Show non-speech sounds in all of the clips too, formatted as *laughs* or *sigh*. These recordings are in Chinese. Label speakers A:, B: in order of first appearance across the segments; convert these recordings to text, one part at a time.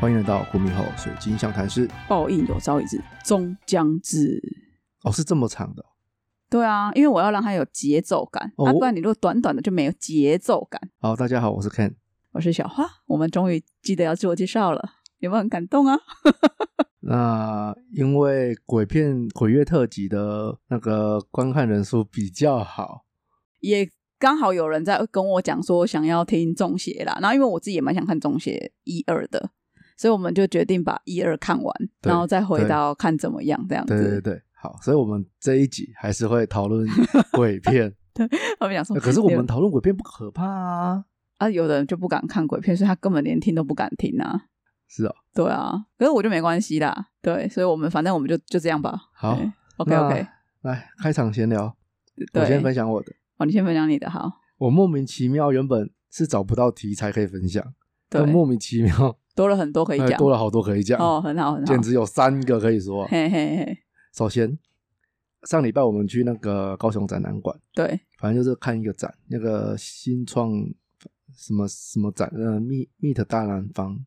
A: 欢迎来到胡米后水晶相谈室。
B: 报应有朝一日终将至。
A: 哦，是这么长的哦
B: 对啊，因为我要让它有节奏感，
A: 哦
B: 啊，不然你如果短短的就没有节奏感。
A: 好，大家好，我是 Ken。
B: 我是小花，我们终于记得要自我介绍了，有没有很感动啊？
A: 那因为鬼片鬼月特辑的那个观看人数比较好，
B: 也刚好有人在跟我讲说想要听中邪啦，然后因为我自己也蛮想看中邪一二的，所以我们就决定把一二看完，
A: 对
B: 然后再回
A: 对
B: 到看怎么样这样
A: 对对
B: 子。
A: 对，好，所以我们这一集还是会讨论鬼片。
B: *laughs* 我们想说，
A: 呃可是我
B: 没
A: 们
B: 有
A: 讨论鬼片不可怕啊，
B: 啊，有的人就不敢看鬼片，所以他根本连听都不敢听啊。
A: 是哦。
B: 对啊，可是我就没关系啦。对，所以我们反正我们就就这样吧。
A: 好
B: 哎，OK OK，
A: 那来开场闲聊，我
B: 对
A: 先分享我的。
B: 哦，你先分享你的好。
A: 我莫名其妙原本是找不到题材可以分享，
B: 对
A: 但，莫名其妙
B: 多了很多可以
A: 呃
B: 讲。
A: *laughs* 多了好多可以讲，
B: 哦，很好很好，
A: 简直有三个可以说啊。
B: 嘿嘿嘿，
A: 首先，上礼拜我们去那个高雄展览馆，
B: 对，
A: 反正就是看一个展，那个新创什么什么展，呃，Meet Meet 大南方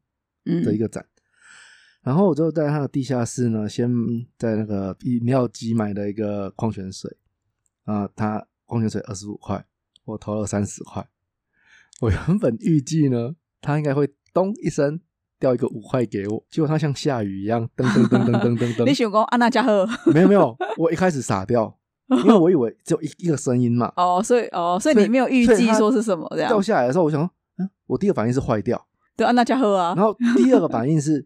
B: 嗯，
A: 的一个展。然后我就在它的地下室呢，先在那个饮料机买了一个矿泉水，啊、它矿泉水二十五块，我投了三十块。我原本预计呢，它应该会咚一声掉一个五块给我，结果它像下雨一样，噔噔噔噔噔噔噔。
B: 你想讲安娜加贺
A: *laughs* 没有没有，我一开始傻掉，因为我以为只有一 *laughs* 一个声音嘛。
B: 哦，所以哦，所以
A: 所以
B: 你没有预
A: 所以
B: 计
A: 它
B: 说是什么这样
A: 掉？下来的时候，我想说，嗯，我第一个反应是坏掉，
B: 对，安娜加贺啊
A: 然，后第二个反应
B: *laughs*
A: 是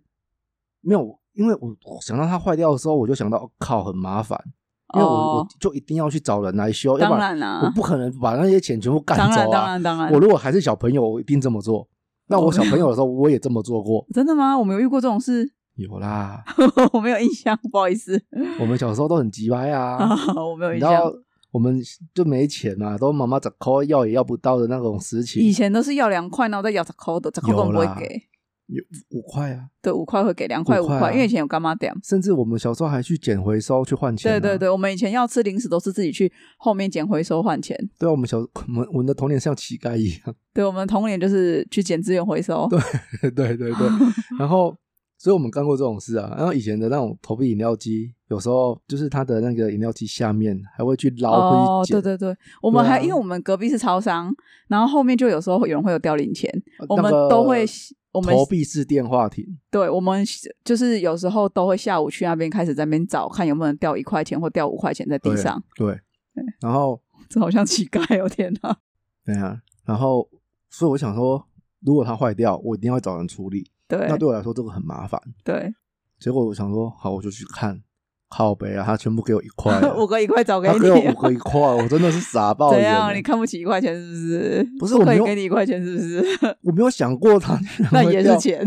A: 没有，因为我我想到它坏掉的时候，我就想到、哦靠，很麻烦，因为我、
B: 哦
A: 我，就一定要去找人来修，要不
B: 当
A: 然
B: 然啦
A: 我，不可能把那些钱全部干
B: 当然
A: 走
B: 当
A: 啊。
B: 然当然
A: 我，如果还是小朋友，我一定这么做。那我小朋友的时
B: *laughs*
A: 候，我也这么做过。
B: 真的吗？我没有遇过这种事， *laughs*
A: 有啦，
B: 我没有印象，不好意思，
A: 我们小时候都很急歪
B: *laughs*
A: 啊。
B: 我没有
A: 你
B: 印
A: 知道
B: 象。
A: 我们就没钱嘛，都妈妈找抠要也要不到的那种事情。
B: 以前都是要两块，然后再要十块的，十块根本不
A: 有啦
B: 会给，
A: 有五块啊，
B: 对，五块会给两块
A: 五
B: 五
A: 块啊
B: 块，因为以前有干妈店。
A: 甚至我们小时候还去捡回收去换钱、啊
B: 对对，对，我们以前要吃零食都是自己去后面捡回收换钱。
A: 对啊，我们小我们我们的童年像乞丐一样， *laughs*
B: 对，我们童年就是去捡资源回收。对，
A: 对对对。
B: *laughs*
A: 然后，所以我们干过这种事啊。然后以前的那种投币饮料机，有时候就是它的那个饮料机下面还会去捞，
B: 哦
A: 会，去
B: 对
A: 捡
B: 对对，我们
A: 对啊
B: 还因为我们隔壁是超商，然后后面就有时候有人会有掉零钱，我们
A: 那个
B: 都会，我们
A: 投币式电话亭，
B: 对，我们就是有时候都会下午去那边开始在那边找，看有没有人掉一块钱或掉五块钱在地上，
A: 对。然后，
B: 这好像乞丐哦，天哪！
A: 对啊，然后，所以我想说，如果它坏掉，我一定要找人处理。
B: 对
A: 那对我来说，这个很麻烦。
B: 对，
A: 结果我想说，好，我就去看，靠北啊，他全部给我一块啊、
B: *laughs* 五个一块找给
A: 他给我
B: 你 *laughs* 啊
A: 五，个一块，我真的是傻爆
B: 怎
A: 眼了
B: 样？你看不起一块钱是不是？
A: 欸不是我
B: 可
A: 没
B: 以
A: 有
B: 给你一块钱是不是？ *laughs*
A: 我没有想过他居然
B: 那
A: 会
B: 也
A: 掉
B: 是，钱，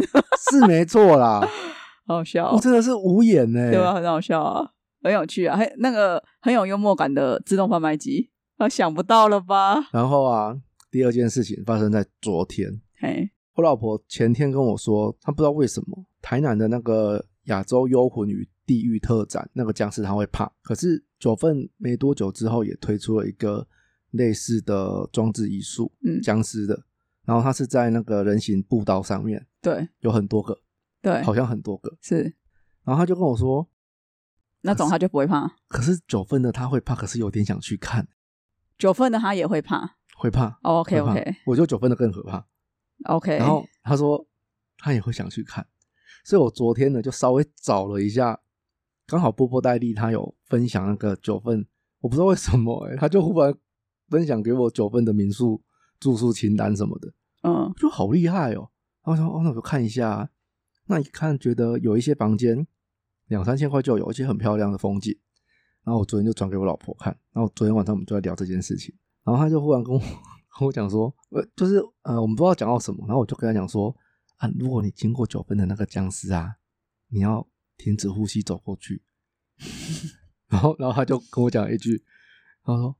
A: 是没错啦。
B: *laughs* 好笑
A: 我，真的是无眼欸呢、
B: 对吧？很好笑啊，很有趣啊，很那个很有幽默感的自动贩卖机啊，想不到了吧？
A: 然后啊，第二件事情发生在昨天，
B: 嘿，
A: 我老婆前天跟我说，她不知道为什么台南的那个亚洲幽魂与地狱特展那个僵尸她会怕，可是九份没多久之后也推出了一个类似的装置艺术，
B: 嗯
A: 僵尸的，然后它是在那个人行步道上面，
B: 对
A: 有很多个，
B: 对，
A: 好像很多个，
B: 是
A: 然后她就跟我说，
B: 那种他就不会怕，
A: 可是九份的她会怕，可是有点想去看，
B: 九份的他也会怕。哦
A: 会怕。
B: OK
A: 会怕
B: OK
A: 我觉得九份的更可怕。
B: OK，
A: 然后他说他也会想去看，所以我昨天呢就稍微找了一下，刚好波波戴利他有分享那个九份，我不知道为什么、欸、他就忽然分享给我九份的民宿住宿清单什么的，
B: 嗯
A: 我，就好厉害哦、然后我想哦，那我就看一下啊、那一看觉得有一些房间两三千块就有，而且很漂亮的风景。然后我昨天就转给我老婆看，然后昨天晚上我们就在聊这件事情，然后她就忽然跟我 *laughs* 跟我讲说，呃，就是呃，我们不知道讲到什么，然后我就跟她讲说，啊，如果你经过九分的那个僵尸啊，你要停止呼吸走过去。 *laughs* 然后，然后她就跟我讲一句，她说，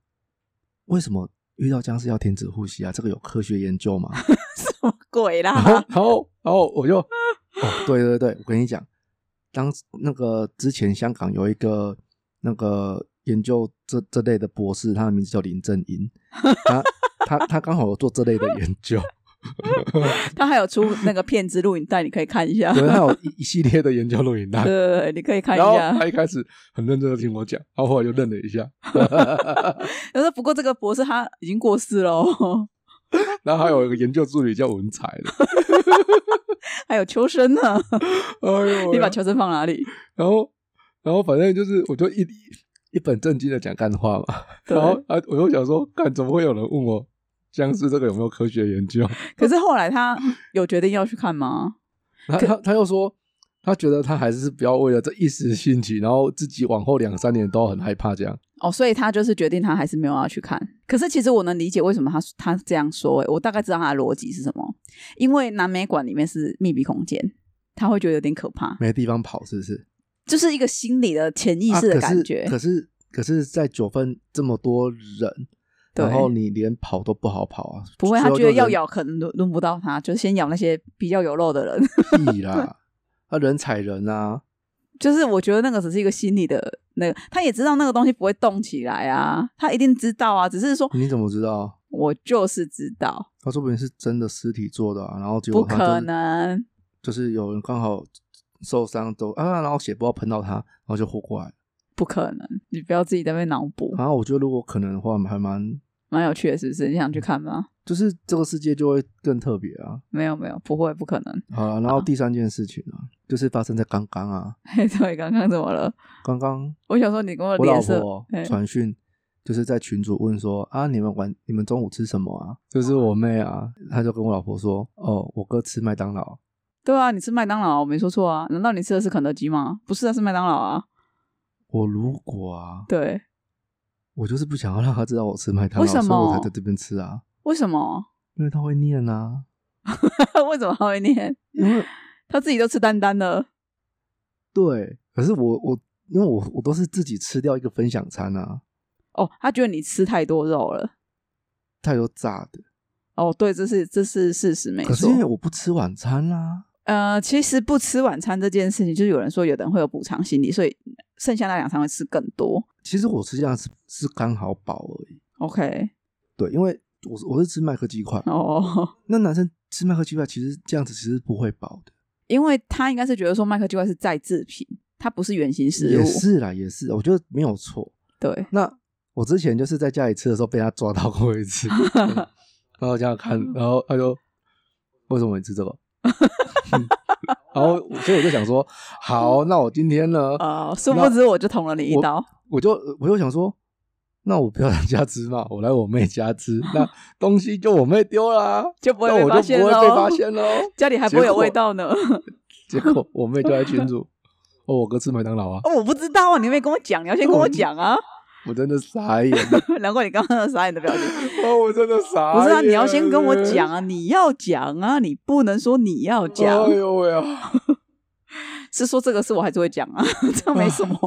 A: 为什么遇到僵尸要停止呼吸啊？这个有科学研究吗？
B: 什么鬼
A: 然后
B: 啦？，
A: 然后，然后我就，哦，对对对，我跟你讲，当时那个之前香港有一个那个研究这这类的博士，他的名字叫林正英，他他他刚好有做这类的研究，
B: *laughs* 他还有出那个片子录影带，你可以看一下。
A: *laughs* 对，
B: 对
A: 他有一一系列的研究录影带，
B: 对对，你可以看一
A: 然后
B: 下。
A: 他一开始很认真的听我讲，然后后来就愣了一下，
B: 他说：“不过这个博士他已经过世了哦， *laughs*
A: 然后还有一个研究助理叫文才的，
B: 还有秋生呢。
A: 哎呦，
B: *laughs* 你把秋生放哪里？
A: 然后然后反正就是我就一一本正经的讲干话嘛，
B: 对
A: 然后啊我就想说，看怎么会有人问我相似这个有没有科学研究？
B: *laughs* 可是后来他有决定要去看吗？
A: 他他他又说。他觉得他还是不要为了这一时兴起，然后自己往后两三年都很害怕这样。
B: 哦，所以他就是决定他还是没有要去看。可是其实我能理解为什么他他这样说、欸，我大概知道他的逻辑是什么。因为南美馆里面是密闭空间，他会觉得有点可怕，
A: 没地方跑，是不是？
B: 就是一个心理的潜意
A: 啊
B: 识的感觉。
A: 可是可是可是在九份这么多人，
B: 对
A: 然后你连跑都不好跑啊！
B: 不会，他
A: 最后
B: 觉得
A: 就
B: 要
A: 人
B: 咬可能轮轮不到他，就先咬那些比较有肉的人。 *laughs*
A: 屁啦，啊人踩人啊，
B: 就是我觉得那个只是一个心理的那个，他也知道那个东西不会动起来啊，他一定知道啊，只是说
A: 你怎么知道？
B: 我就是知道，
A: 他说不定是真的尸体做的、啊，然后结
B: 不
A: 果他
B: 可
A: 就
B: 能。
A: 就是有人刚好受伤都啊，然后血不知道喷到他，然后就活过来。
B: 不可能，你不要自己在那边脑补，
A: 然后我觉得如果可能的话，还蛮
B: 蛮有趣的，是不是？你想去看吗？
A: 就是这个世界就会更特别啊。
B: 没有没有，不会，不可能。 *laughs*
A: 好了，然
B: 嗯
A: 后第三件事情啊，就是发生在刚刚啊，
B: 嘿，对，刚刚怎么了？
A: 刚刚
B: 我想说你跟我
A: 我老
B: 哦脸色，
A: 婆
B: 嘿
A: 传讯，就是在群主问说啊，你们晚你们中午吃什么啊？就是我妹啊，她就跟我老婆说，哦，我哥吃麦当劳。
B: 对啊，你吃麦当劳，我没说错啊？难道你吃的是肯德基吗？不是啊，是麦当劳啊。
A: 我如果啊，
B: 对，
A: 我就是不想要让她知道我吃麦当劳，
B: 为什么
A: 所以我才在这边吃啊，
B: 为什么？ *laughs*
A: 因为她会念啊，
B: 为什么他会念？
A: 因为
B: 他自己都吃丹丹了。
A: 对，可是我我因为我我都是自己吃掉一个分享餐啊，
B: 哦，他觉得你吃太多肉了。
A: 太多炸的，
B: 哦，对，这是这是事实，没
A: 可是
B: 错
A: 因。为我不吃晚餐啊啦、
B: 呃，其实不吃晚餐这件事情，就是有人说有的人会有补偿心理，所以剩下那两餐会吃更多。
A: 其实我吃这样是是刚好饱而已，
B: OK，
A: 对，因为我是我是吃麦克鸡块，
B: 哦，
A: 那男生吃麦克鸡块，其实这样子其实不会饱的，
B: 因为他应该是觉得说麦克鸡块是再制品，它不是原型食物
A: 也。是啦，也是，我觉得没有错。
B: 对，
A: 那我之前就是在家里吃的时候被他抓到过一
B: *laughs*
A: 次，嗯然后这样看，
B: 嗯
A: 然后他就为什么你吃这个？嗯然后所以我就想说，好，那我今天呢，
B: 呃，殊不知我就捅了你一刀。
A: 我就我就想说，那我不要在家吃嘛，我来我妹家吃，那东西就我妹丢啦、
B: 就不会
A: 那
B: 被
A: 我
B: 发
A: 就
B: 现
A: 不会被
B: 咯
A: 发现喽。
B: *laughs* 家里还不会有味道呢。
A: 结果我妹就在群主，哦，我哥吃麦当劳啊，
B: *laughs* 哦，我不知道啊，你没跟我讲，你要先跟我讲啊。
A: 我真的傻眼了，
B: *laughs* 难怪你刚刚那个傻眼的表情。
A: 哦，我真的傻眼
B: 不
A: 了。
B: 是啊，你要先跟我讲啊，你要讲啊，你不能说你要讲
A: 哎，呦喂啊！
B: 是说这个事我还是会讲啊， *laughs* 这样没什么。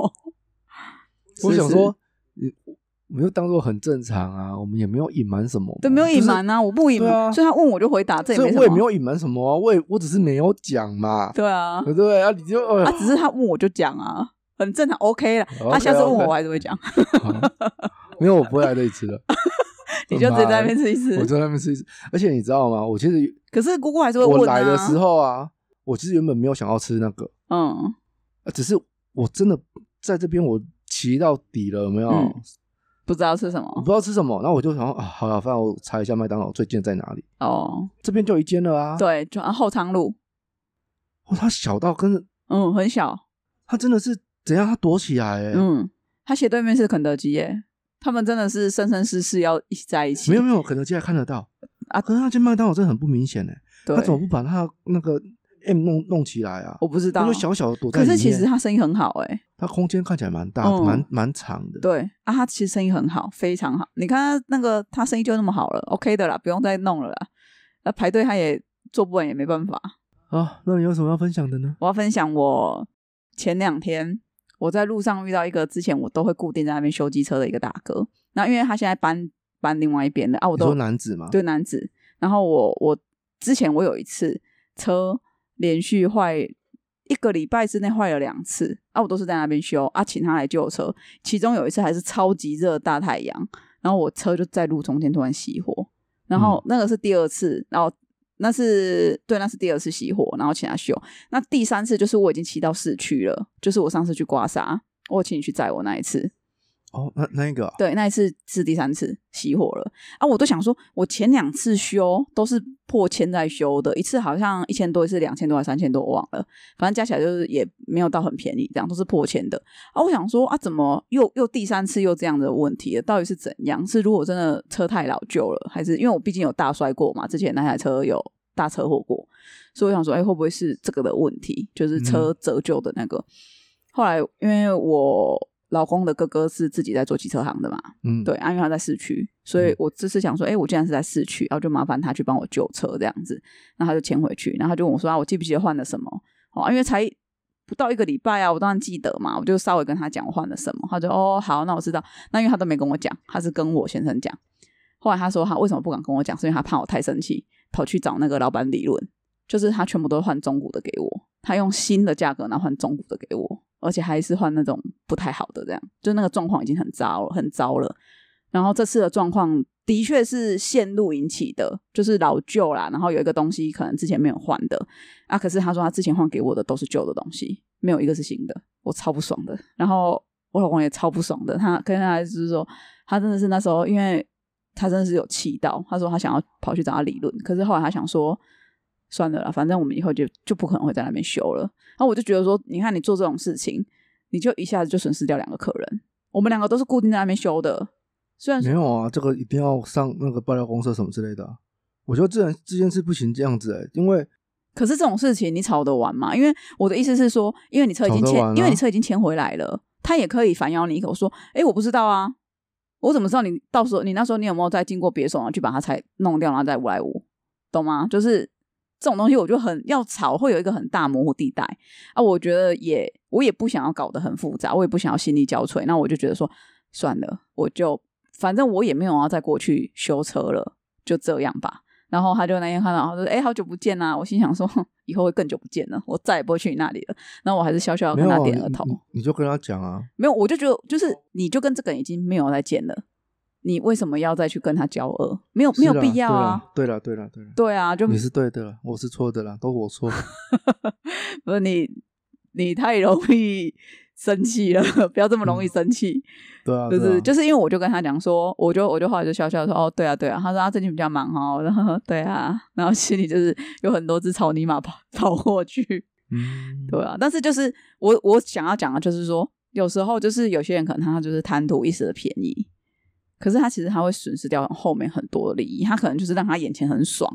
A: 我想说
B: 是，，
A: 你我就当做很正常啊，我们也没有隐瞒什么嘛，
B: 对，没有隐瞒
A: 啊，
B: 啊，我不隐
A: 对啊
B: 瞒，所以他问我就回答，这也
A: 所
B: 没
A: 以
B: 什
A: 我也没
B: 么。
A: 有隐瞒什么啊，我也我只是没有讲嘛，
B: 对 *laughs* 啊，
A: 对不对？啊，你就哎
B: 啊
A: 呦，
B: 只是他问我就讲啊，很正常，OK 啦。啊
A: OK，
B: 他下次问
A: OK
B: 我，我还是会讲。，
A: 没有，我不会来这里吃的
B: *laughs* 你就直接在那边吃一
A: 妈的，我
B: 次。
A: 就在那边吃一次。而且你知道吗？我其实
B: 可是姑姑还是会问、啊、
A: 我来的时，候啊，我其实原本没有想要吃那个，
B: 嗯，
A: 啊只是我真的在这边我骑到底了，有没有？
B: 嗯不知道吃什
A: 我
B: 么
A: 不知道吃什么，然后我就想说啊，好了，反正我查一下麦当劳最近在哪里，
B: 哦。
A: 这边就有一间了啊。，
B: 对，就啊后仓路，
A: 哦，它小到跟
B: 嗯，很小，
A: 它真的是怎样，它躲起来、欸，
B: 嗯，他斜对面是肯德基耶，他们真的是生生世世要一起在一起。
A: 没有没有，肯德基还看得到
B: 啊
A: 可是那间麦当劳真的很不明显哎、
B: 对，
A: 他怎么不把它那个 M 弄弄起来啊？
B: 我不知
A: 它
B: 道
A: 就。小小的躲在
B: 可
A: 里面。
B: 是其实他生意很好哎，
A: 它空间看起来蛮大的，
B: 嗯
A: 蛮蛮长的。
B: 对啊，他其实生意很好，非常好。你看他那个他生意就那么好了，OK 的啦，不用再弄了啦。那排队他也做不完，也没办法。
A: 啊，那你有什么要分享的呢？
B: 我要分享我前两天我在路上遇到一个之前我都会固定在那边修机车的一个大哥，那因为他现在搬搬另外一边了啊，我
A: 你说
B: 都
A: 男子吗？
B: 对男子，然后我我之前我有一次车连续坏一个礼拜之内坏了两次啊，我都是在那边修啊，请他来救车，其中有一次还是超级热的大太阳，然后我车就在路中间突然熄火，然后那个是第二次，然后那是对，那是第二次熄火，然后请他修。那第三次就是我已经骑到市区了，就是我上次去刮痧，我请你去载我那一次。
A: 哦，那那一个啊
B: 对，那一次是第三次熄火了啊！我都想说，我前两次修都是破千在修的，一次好像一千多，一次两千多还三千多，我忘了，反正加起来就是也没有到很便宜，这样都是破千的啊！我想说啊，怎么又又第三次又这样的问题了？到底是怎样？是如果真的车太老旧了，还是因为我毕竟有大摔过嘛？之前那台车有大车祸过，所以我想说，哎、会不会是这个的问题？就是车折旧的那个。后来因为我老公的哥哥是自己在做汽车行的嘛，
A: 嗯，
B: 对，啊，因为他在市区，所以我这次想说，哎、我既然是在市区，然后就麻烦他去帮我救车这样子，那他就牵回去，然后他就问我说啊，我记不记得换了什么？哦，啊因为才不到一个礼拜啊，我当然记得嘛，我就稍微跟他讲我换了什么，他就哦好，那我知道，那因为他都没跟我讲，他是跟我先生讲，后来他说他为什么不敢跟我讲，是因为他怕我太生气，跑去找那个老板理论，就是他全部都换中古的给我，他用新的价格然后换中古的给我，而且还是换那种不太好的，这样就那个状况已经很糟了，很糟了。然后这次的状况的确是线路引起的，就是老旧啦，然后有一个东西可能之前没有换的啊，可是他说他之前换给我的都是旧的东西，没有一个是新的，我超不爽的。然后我老公也超不爽的，他跟他就是说，他真的是那时候因为。他真的是有气到，他说他想要跑去找他理论，可是后来他想说，算了啦，反正我们以后就就不可能会在那边修了。然后我就觉得说，你看你做这种事情，你就一下子就损失掉两个客人，我们两个都是固定在那边修的，虽然说
A: 没有啊，这个一定要上那个爆料公社什么之类的啊、我觉得这这件事不行这样子、欸，因为
B: 可是这种事情你吵得完吗？因为我的意思是说，因为你车已经
A: 吵得
B: 签，
A: 完啊
B: 因为你车已经签回来了，他也可以反咬你一口说：“哎、我不知道啊，我怎么知道你到时候你那时候你有没有再经过别手然后去把它才弄掉，然后再无来无，懂吗？就是这种东西，我就很要吵，会有一个很大模糊地带啊。我觉得也我也不想要搞得很复杂，我也不想要心力交瘁，那我就觉得说算了，我就反正我也没有要再过去修车了，就这样吧。然后他就那天看到，他说：“哎、好久不见啦、我心想说， *laughs* 哼以后会更久不见了，我再也不会去你那里了。然后我还是笑笑
A: 没
B: 地跟
A: 有、
B: 他
A: 啊、
B: 点了头。
A: 你你你就跟他讲啊，
B: 没有，我就觉得就是你就跟这个人已经没有再见了，你为什么要再去跟他交恶？没有没有
A: 是啦
B: 必要啊。
A: 对了，对了，对了，
B: 对啊，就
A: 你是对的啦，我是错的啦，都我错。
B: *laughs* 不是你你太容易生气了， *laughs* 不要这么容易生气。
A: 对嗯啊，
B: 就
A: 对
B: 是
A: 啊
B: 就是因为我就跟他讲说，我就我就后来就笑笑说，哦，对啊对啊，他说他最近比较忙哦， *laughs* 然后对啊，然后心里就是有很多只草泥马跑 *laughs* 跑过去。
A: 嗯，
B: 对啊，但是就是我我想要讲的就是说，有时候就是有些人可能他就是贪图一时的便宜，可是他其实他会损失掉后面很多的利益，他可能就是让他眼前很爽，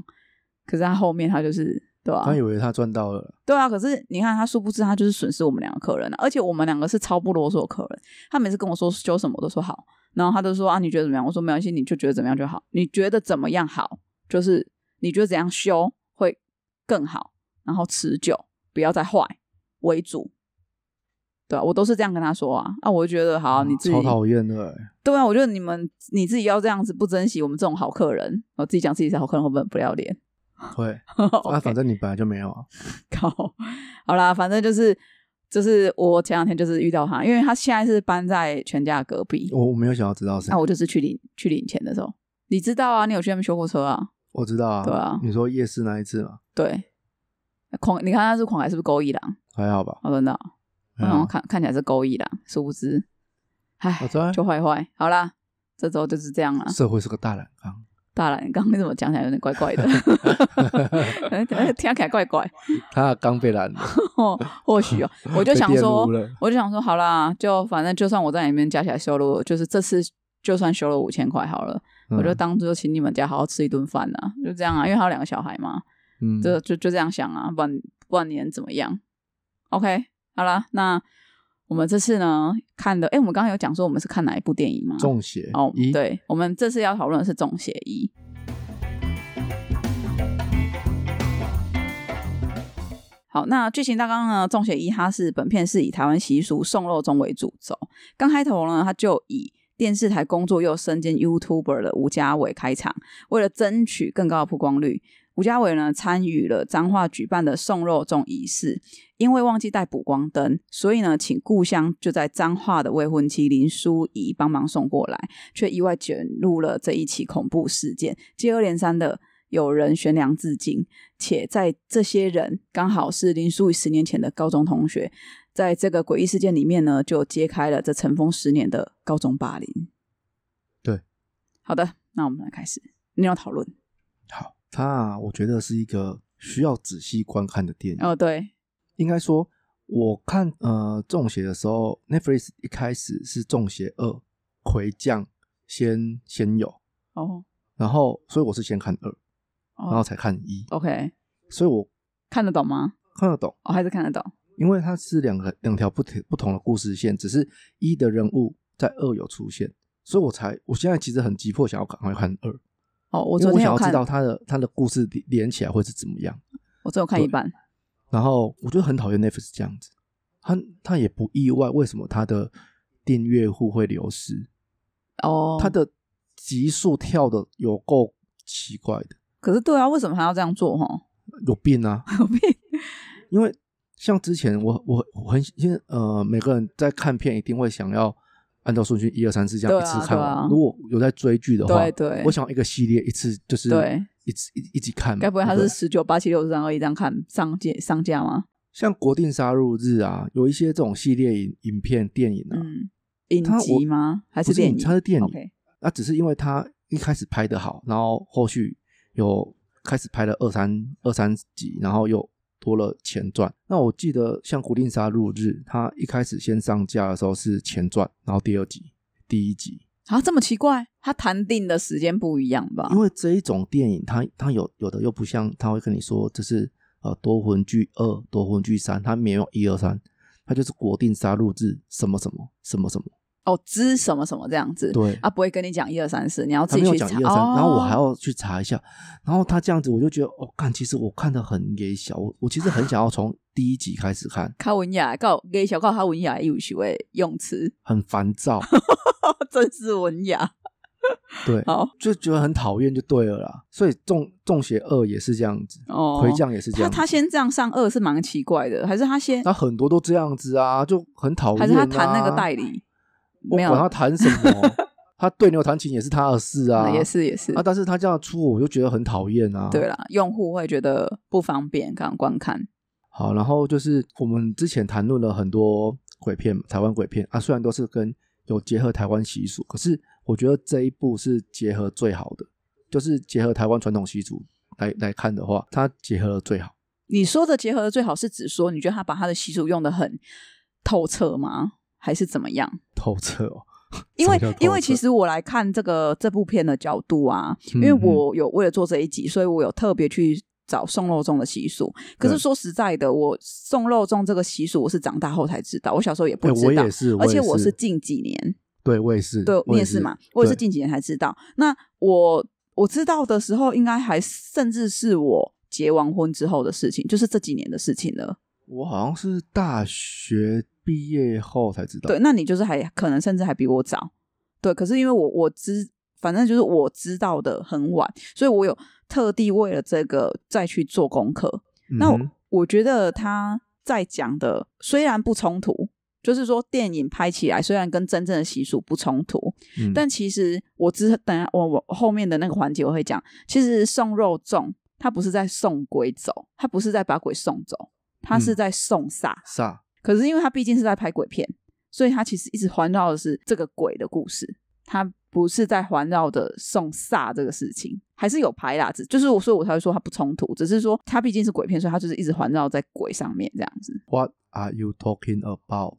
B: 可是他后面他就是对吧、啊
A: 他以为他赚到了，
B: 对啊，可是你看他殊不知他就是损失我们两个客人啊了、而且我们两个是超不啰嗦的客人，他每次跟我说修什么我都说好，然后他就说啊你觉得怎么样？我说没关系，你就觉得怎么样就好，你觉得怎么样好，就是你觉得怎样修会更好，然后持久，不要再坏为主。对啊，我都是这样跟他说啊，啊，我就觉得好，你自
A: 嗯
B: 己
A: 超讨厌的、欸，
B: 对啊，我觉得你们你自己要这样子不珍惜我们这种好客人，我自己讲自己是好客人会不会很不要脸？ *laughs*
A: 会
B: OK
A: 啊，反正你本来就没有啊，
B: 高。好啦，反正就是就是我前两天就是遇到他，因为他现在是搬在全家隔壁，
A: 我我没有想要知道谁
B: 那、，我就是去领去领钱的时候，你知道啊，你有去那边修过车啊？
A: 我知道啊，
B: 对啊
A: 你说夜市那一次嘛，
B: 对，狂，你看他是狂还是不是勾一郎？
A: 还好吧？
B: 我真的哦，
A: 还
B: 然
A: 好
B: 后看看起来是勾一郎，殊不知，唉
A: 我知道啊，
B: 就坏坏。好啦，这周就是这样啦。
A: 社会是个大染
B: *laughs*
A: 缸，
B: 大然，刚刚你怎么讲起来有点怪怪的？ *laughs* 哎听起来怪怪。
A: 他的缸被染了，
B: 哦，或
A: *laughs*
B: 许哦，我就想
A: 被电
B: 说
A: 炉了，
B: 我就想说，好啦，就反正就算我在里面加起来修了，就是这次就算修了五千块好了，我
A: 嗯
B: 就当做请你们家好好吃一顿饭呐，就这样啊，因为还有两个小孩嘛，
A: 嗯，
B: 就就就这样想啊，不然不然你能怎么样？OK，好啦，那我们这次呢看的，哎，我们刚刚有讲说我们是看哪一部电影吗？
A: 中邪
B: 哦
A: 一，
B: 对，我们这次要讨论的是《中邪一》。好，那剧情大纲呢？《中邪一》它是本片是以台湾习俗送肉粽为主轴，刚开头呢，它就以电视台工作又身兼 YouTuber 的吴家伟开场，为了争取更高的曝光率。吴家伟呢参与了彰化举办的送肉粽仪式，因为忘记带补光灯，所以呢，请故乡就在彰化的未婚妻林淑仪帮忙送过来。却意外卷入了这一起恐怖事件，接二连三的有人悬梁自尽，且在这些人刚好是林书宇十年前的高中同学，在这个诡异事件里面呢，就揭开了这尘封十年的高中霸凌。
A: 对，
B: 好的，那我们来开始内容讨论。
A: 好，它啊我觉得是一个需要仔细观看的电影。
B: 哦，对，
A: 应该说，我看呃中邪的时候，Netflix 一开始是中邪二魁将先先有，
B: 哦，
A: 然后所以我是先看二，然后
B: 哦
A: 才看一，
B: ，OK，
A: 所以我
B: 看得懂吗？
A: 看得懂，
B: 哦，还是看得懂。
A: 因为它是两个两条不同不同的故事线，只是一的人物在二有出现，所以我才我现在其实很急迫想要赶快看二，
B: 哦，我
A: 因
B: 昨
A: 为我
B: 天
A: 想
B: 有
A: 要
B: 看
A: 知，道它的它的故事连连起来会是怎么样。
B: 我只有看一
A: 对
B: 半。
A: 然后我就很讨厌 Netflix 这样子，他他也不意外为什么他的订阅户会流失，
B: 哦，
A: 他的集数跳的有够奇怪的，
B: 可是对啊，为什么还要这样做？哈， *laughs*
A: 有病啊！
B: 有病。
A: 因为像之前我我我很因为呃每个人在看片一定会想要按照顺序一二三四这样一
B: 对啊
A: 次看完，
B: 对啊
A: 如果有在追剧的话，
B: 对对
A: 我想要一个系列一次就是
B: 对
A: 一次一一起看嘛，
B: 该不会他
A: 嗯对对
B: 是十九八七六三二一这样看上架上架吗？
A: 像国定杀入日啊，有一些这种系列影影片电影啊，
B: 嗯，影
A: 它我
B: 集吗？还
A: 不是
B: 电
A: 影
B: 影？
A: 它是电影
B: OK，
A: 那、只是因为他一开始拍的好，然后后续有开始拍了二三二三集，然后又多了前传。那我记得像《古令沙入日》，他一开始先上架的时候是前传，然后第二集、第一集，
B: 啊，这么奇怪，他谈定的时间不一样吧
A: 因？为这一种电影它，它有有的又不像，他会跟你说这是呃夺魂剧二、夺魂剧三，它没有一二三，它就是国定杀入日什么什么什么什么，
B: 哦，知什么什么这样子，
A: 对
B: 啊，不会跟你讲一二三四，你要
A: 他
B: 自
A: 没
B: 己
A: 有
B: 去
A: 讲
B: 查。
A: 一二三，然后我还
B: 哦
A: 要去查一下，然后他这样子，我就觉得，哦，看，其实我看的很也小，我我其实很想要从第一集开始看，
B: 靠文雅，靠给小靠他文雅有趣的用词， *laughs*
A: 很烦躁，
B: 真是文雅。
A: 对，
B: 好
A: 就觉得很讨厌就对了啦。所以中中邪二也是这样子，
B: 哦，
A: 魁将也是这
B: 他
A: 样
B: 他
A: 子，
B: 先这样上二是蛮奇怪的，还是他先
A: 他很多都这样子啊，就很讨厌、啊。
B: 还是他谈那个代，理？
A: 我
B: 没有
A: 管，他谈什
B: *laughs*
A: 么，他对牛弹琴也是他的事啊，
B: 也是也是
A: 啊，但是他这样出，我就觉得很讨厌啊。
B: 对啦，用户会觉得不方便，刚观看。
A: 好，然后就是我们之前谈论了很多鬼片，台湾鬼片啊，虽然都是跟有结合台湾习俗，可是我觉得这一部是结合最好的，就是结合台湾传统习俗来来看的话，它结合的最好。
B: 你说的结合的最好是指说，你觉得他把他的习俗用的很透彻吗？还是怎么样？
A: 透彻哦，
B: 因为
A: 什么叫透彻
B: 因为其实我来看这个这部片的角度啊，因为
A: 嗯哼
B: 我有为了做这一集，所以我有特别去找送肉粽的习俗。可是
A: 对
B: 说实在的，我送肉粽这个习俗我是长大后才知道，我小时候也不
A: 哎、
B: 知
A: 我
B: 道
A: 也。是，
B: 而且
A: 我
B: 我
A: 也
B: 是近几年，
A: 对，我也是，
B: 对
A: 我
B: 你也
A: 是
B: 是嘛，我也是
A: 对
B: 近几年才知道。那我我知道的时候，应该还甚至是我结完婚之后的事情，就是这几年的事情了。
A: 我好像是大学毕业后才知道。
B: 对，，那你就是还可能甚至还比我早。对，可是因为我我知，反正就是我知道的很晚，所以我有特地为了这个再去做功课。那我
A: 嗯哼、
B: 我觉得他在讲的虽然不冲突，就是说电影拍起来虽然跟真正的习俗不冲突，
A: 嗯
B: 但其实我之等下我我后面的那个环节我会讲，其实送肉粽他不是在送鬼走，他不是在把鬼送走，他是
A: 嗯
B: 在送煞。
A: 煞
B: 可是因为他毕竟是在拍鬼片，所以他其实一直环绕的是这个鬼的故事，他不是在环绕着送煞这个事情，还是有拍啦，只就是我所以我才会说他不冲突，只是说他毕竟是鬼片，所以他就是一直环绕在鬼上面这样子，
A: ，What are you talking about？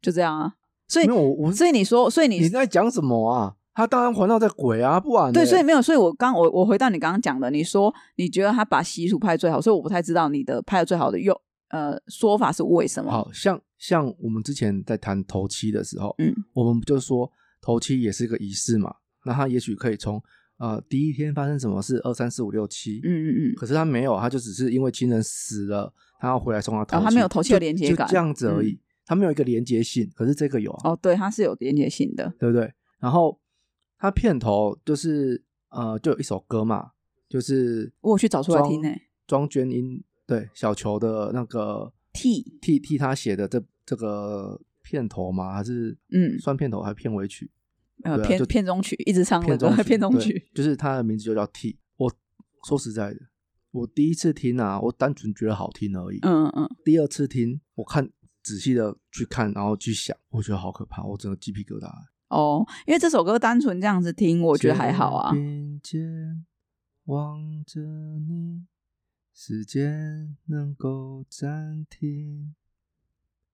B: 就这样啊。所以
A: 没有，我我
B: 所以你说，所以你
A: 你在讲什么啊？他当然环绕在鬼啊，不然
B: 对，
A: 嘞
B: 所以没有，所以我刚我我回到你刚刚讲的，你说你觉得他把习俗拍得最好，所以我不太知道你的拍的最好的用呃说法是为什么。
A: 好像像我们之前在谈头七的时候，
B: 嗯，
A: 我们不就说头七也是个仪式嘛？那他也许可以从呃第一天发生什么事，二三四五六七，
B: 嗯嗯嗯，
A: 可是他没有，啊他就只是因为亲人死了，他要回来送他头七，
B: 哦他没有头七的连接
A: 就
B: 感嗯
A: 就这样子而已，他没有一个连接性。可是这个有啊，
B: 哦，对，它是有连接性的，
A: 对不对？然后他片头就是呃，就有一首歌嘛，就是
B: 我有去找出来听呢、
A: 庄娟英对小球的那个
B: 替
A: 替替他写的这这个片头吗？还是
B: 嗯
A: 算片头还是片尾曲？
B: 呃
A: 对啊
B: 片
A: 就
B: 片中曲一直唱的
A: 片中
B: 歌，片中
A: 对
B: 曲，
A: 就是他的名字就叫 T。说实在的，我第一次听啊，我单纯觉得好听而已。
B: 嗯嗯嗯，
A: 第二次听，我看仔细的去看，然后去想，我觉得好可怕，我整个鸡皮疙瘩。
B: 哦，因为这首歌单纯这样子听，我觉得还好啊
A: 肩。并肩望着你，时间能够暂停。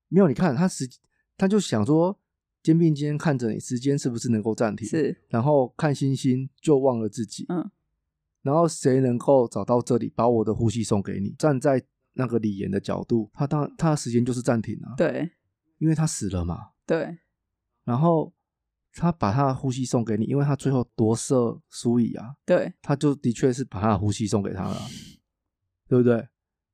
A: 没有，你看他时，他就想说肩并肩看着你，时间是不是能够暂停？
B: 是，
A: 然后看星星就忘了自己，
B: 嗯，
A: 然后谁能够找到这里，把我的呼吸送给你？站在那个李岩的角度，他当他的时间就是暂停啊，
B: 对
A: 因为他死了嘛，
B: 对，
A: 然后他把他的呼吸送给你，因为他最后夺舍苏乙啊，
B: 对，
A: 他就的确是把他的呼吸送给他了
B: *laughs*
A: 啊，对不对？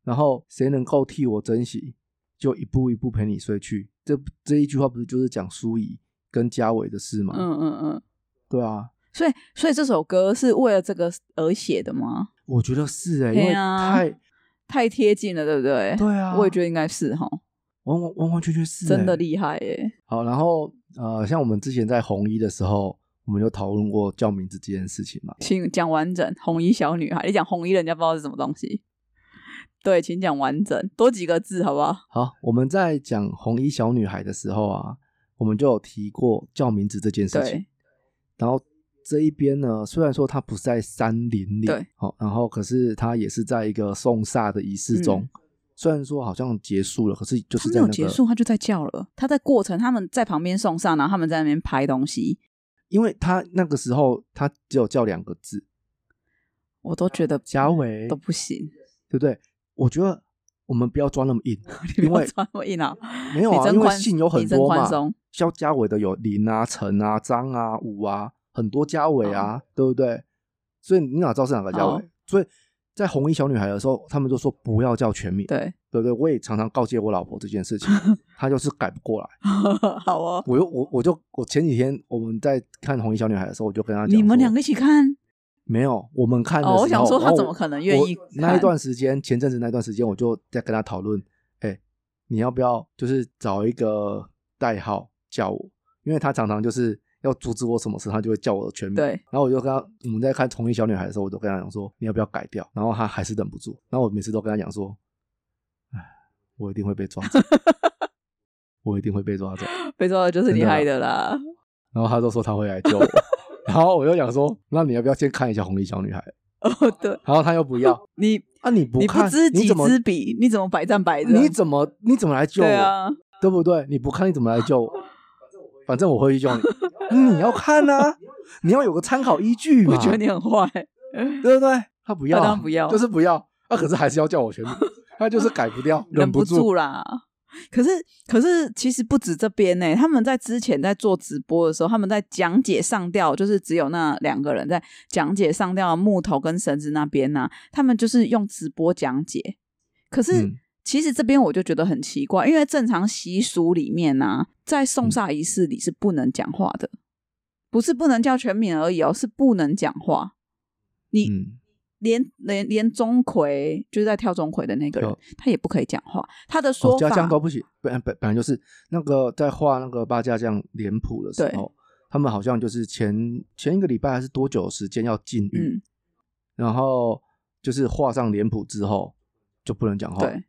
A: 然后谁能够替我珍惜，就一步一步陪你睡去。这这一句话不是就是讲苏乙跟嘉伟的事吗？
B: 嗯嗯嗯。
A: 对啊，
B: 所以，所以这首歌是为了这个而写的吗？
A: 我觉得是哎、因
B: 对
A: 为
B: 啊
A: 太
B: 太贴近了，对不对？
A: 对啊，
B: 我也觉
A: 得
B: 得应该是哈，
A: 完完完完全全是、
B: 真的
A: 欸
B: 厉害耶！
A: 好，然后呃，像我们之前在红衣的时候，我们就讨论过叫名字这件事情嘛。
B: 请讲完整，红衣小女孩，你讲红衣，人家不知道是什么东西。对，请讲完整，多几个字好不好？
A: 好，我们在讲红衣小女孩的时候啊，我们就有提过叫名字这件事情
B: 对。
A: 然后这一边呢，虽然说它不是在山林里，
B: 对，
A: 好、然后可是它也是在一个送煞的仪式中。虽然说好像结束了，可是就
B: 嗯他
A: 是
B: 没
A: 在
B: 有
A: 那
B: 结
A: 个，
B: 束，他就在叫了。他在过程，他们在旁边送上，然后他们在那边拍东西，
A: 因为他那个时候他只有叫两个字，
B: 我都觉得嗯
A: 嘉伟，
B: 都
A: 对
B: 不行。，
A: 不对？我觉得我们不要抓那么硬
B: *laughs* 你
A: 因
B: 不要
A: 为
B: 穿我
A: *laughs*
B: 硬啊！
A: 没有
B: 你
A: 啊，
B: 真
A: 因为
B: 宽
A: 姓有很
B: 你真
A: 多
B: 宽
A: 嘛
B: 松，
A: 肖家伟的有林啊、陈啊、张啊、武啊，很多家伟啊，对不对？所以你哪知道是哪个家伟？
B: 哦
A: 所以在红衣小女孩的时候，他们就说不要叫全名， *laughs*
B: 对，
A: 对不对？我也常常告诫我老婆这件事情，
B: *laughs*
A: 她就是改不过来。
B: 好哦。
A: 我又我我就我前几天我们在看红衣小女孩的时候，我就跟她讲说，
B: 你们两个一起看，
A: 没有我们看的时候，
B: 哦我想说她
A: 然后
B: 怎么可能愿意
A: 我那一
B: 看
A: 段时间，前阵子那段时间，我就在跟她讨论，哎、你要不要就是找一个代号叫我？因为她常常就是要阻止我什么事，她就会叫我的全名。
B: 对，
A: 然后我就跟她，我们在看《同一小女孩》的时候，我就跟她讲说，你要不要改掉？然后她还是忍不住。然后我每次都跟她讲说，哎，我一定会被抓
B: *laughs*
A: 走，我一定会被抓走。
B: 被抓的就是
A: 真
B: 你
A: 的啊
B: 害的啦。
A: *laughs* 然后她就说她会来救我。然后我就想说，那你要不要先看一下《红衣小女孩》？
B: 哦，对，
A: 然后她又不
B: *laughs*
A: 要，
B: 你
A: 啊，你不
B: 你
A: 看，
B: 不知己
A: 怎么
B: 知彼，你怎么百战百胜？
A: 你怎么你怎么来救我？
B: 对啊，
A: 对不对？你不看你怎么来救我？反正我会去救你。 *laughs* 嗯你要看啊，你要有个参考依据嘛，
B: 我觉得你很坏。
A: 对不对？他不要，
B: 他当然不要
A: 就是不要。啊，可是还是要叫我
B: *laughs*
A: 全名，他就是改不掉，
B: 忍
A: 不
B: 不住啦。可是，可是，其实不止这边呢、他们在之前在做直播的时候，他们在讲解上吊，就是只有那两个人在讲解上吊的木头跟绳子那边呢、他们就是用直播讲解。可是，
A: 嗯
B: 其实这边我就觉得很奇怪，因为正常习俗里面呢、在送煞仪式里是不能讲话的，不是不能叫全名而已哦，是不能讲话。你、
A: 嗯，
B: 连连连钟馗就是在跳钟馗的那个人
A: 哦，
B: 他也不可以讲话，他的
A: 哦
B: 说，法、
A: 家将都不行，本本本来就是那个在画那个八家将脸谱的时
B: 对
A: 候，他们好像就是前前一个礼拜还是多久的时间要禁欲，
B: 嗯，
A: 然后就是画上脸谱之后就不能讲话。
B: 对，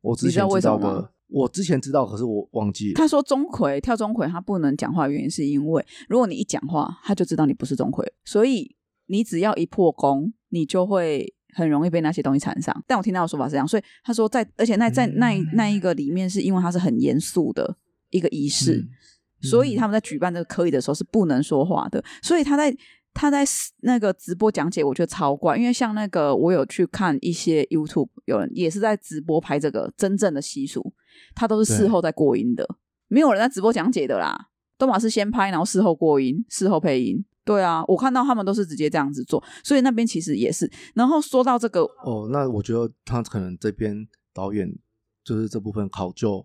A: 我之
B: 你知道
A: 前
B: 为
A: 知
B: 什
A: 道
B: 么吗
A: 的，我之前知道，可是我忘记了。
B: 他说钟馗跳钟馗他不能讲话，原因是因为如果你一讲话，他就知道你不是钟馗，所以你只要一破功，你就会很容易被那些东西缠上。但我听到的说法是这样，所以他说在，而且那在那一那一个里面，是因为它是很严肃的一个仪式，
A: 嗯
B: 所以他们在举办这个科仪的时候是不能说话的。所以他在他在那个直播讲解，我觉得超怪，因为像那个我有去看一些 YouTube，有人也是在直播拍这个真正的习俗，他都是事
A: 对
B: 后在过音的，没有人在直播讲解的啦，都嘛是先拍，然后事后过音，事后配音。对啊，我看到他们都是直接这样子做，所以那边其实也是。然后说到这个，
A: 哦，那我觉得他可能这边导演就是这部分考究，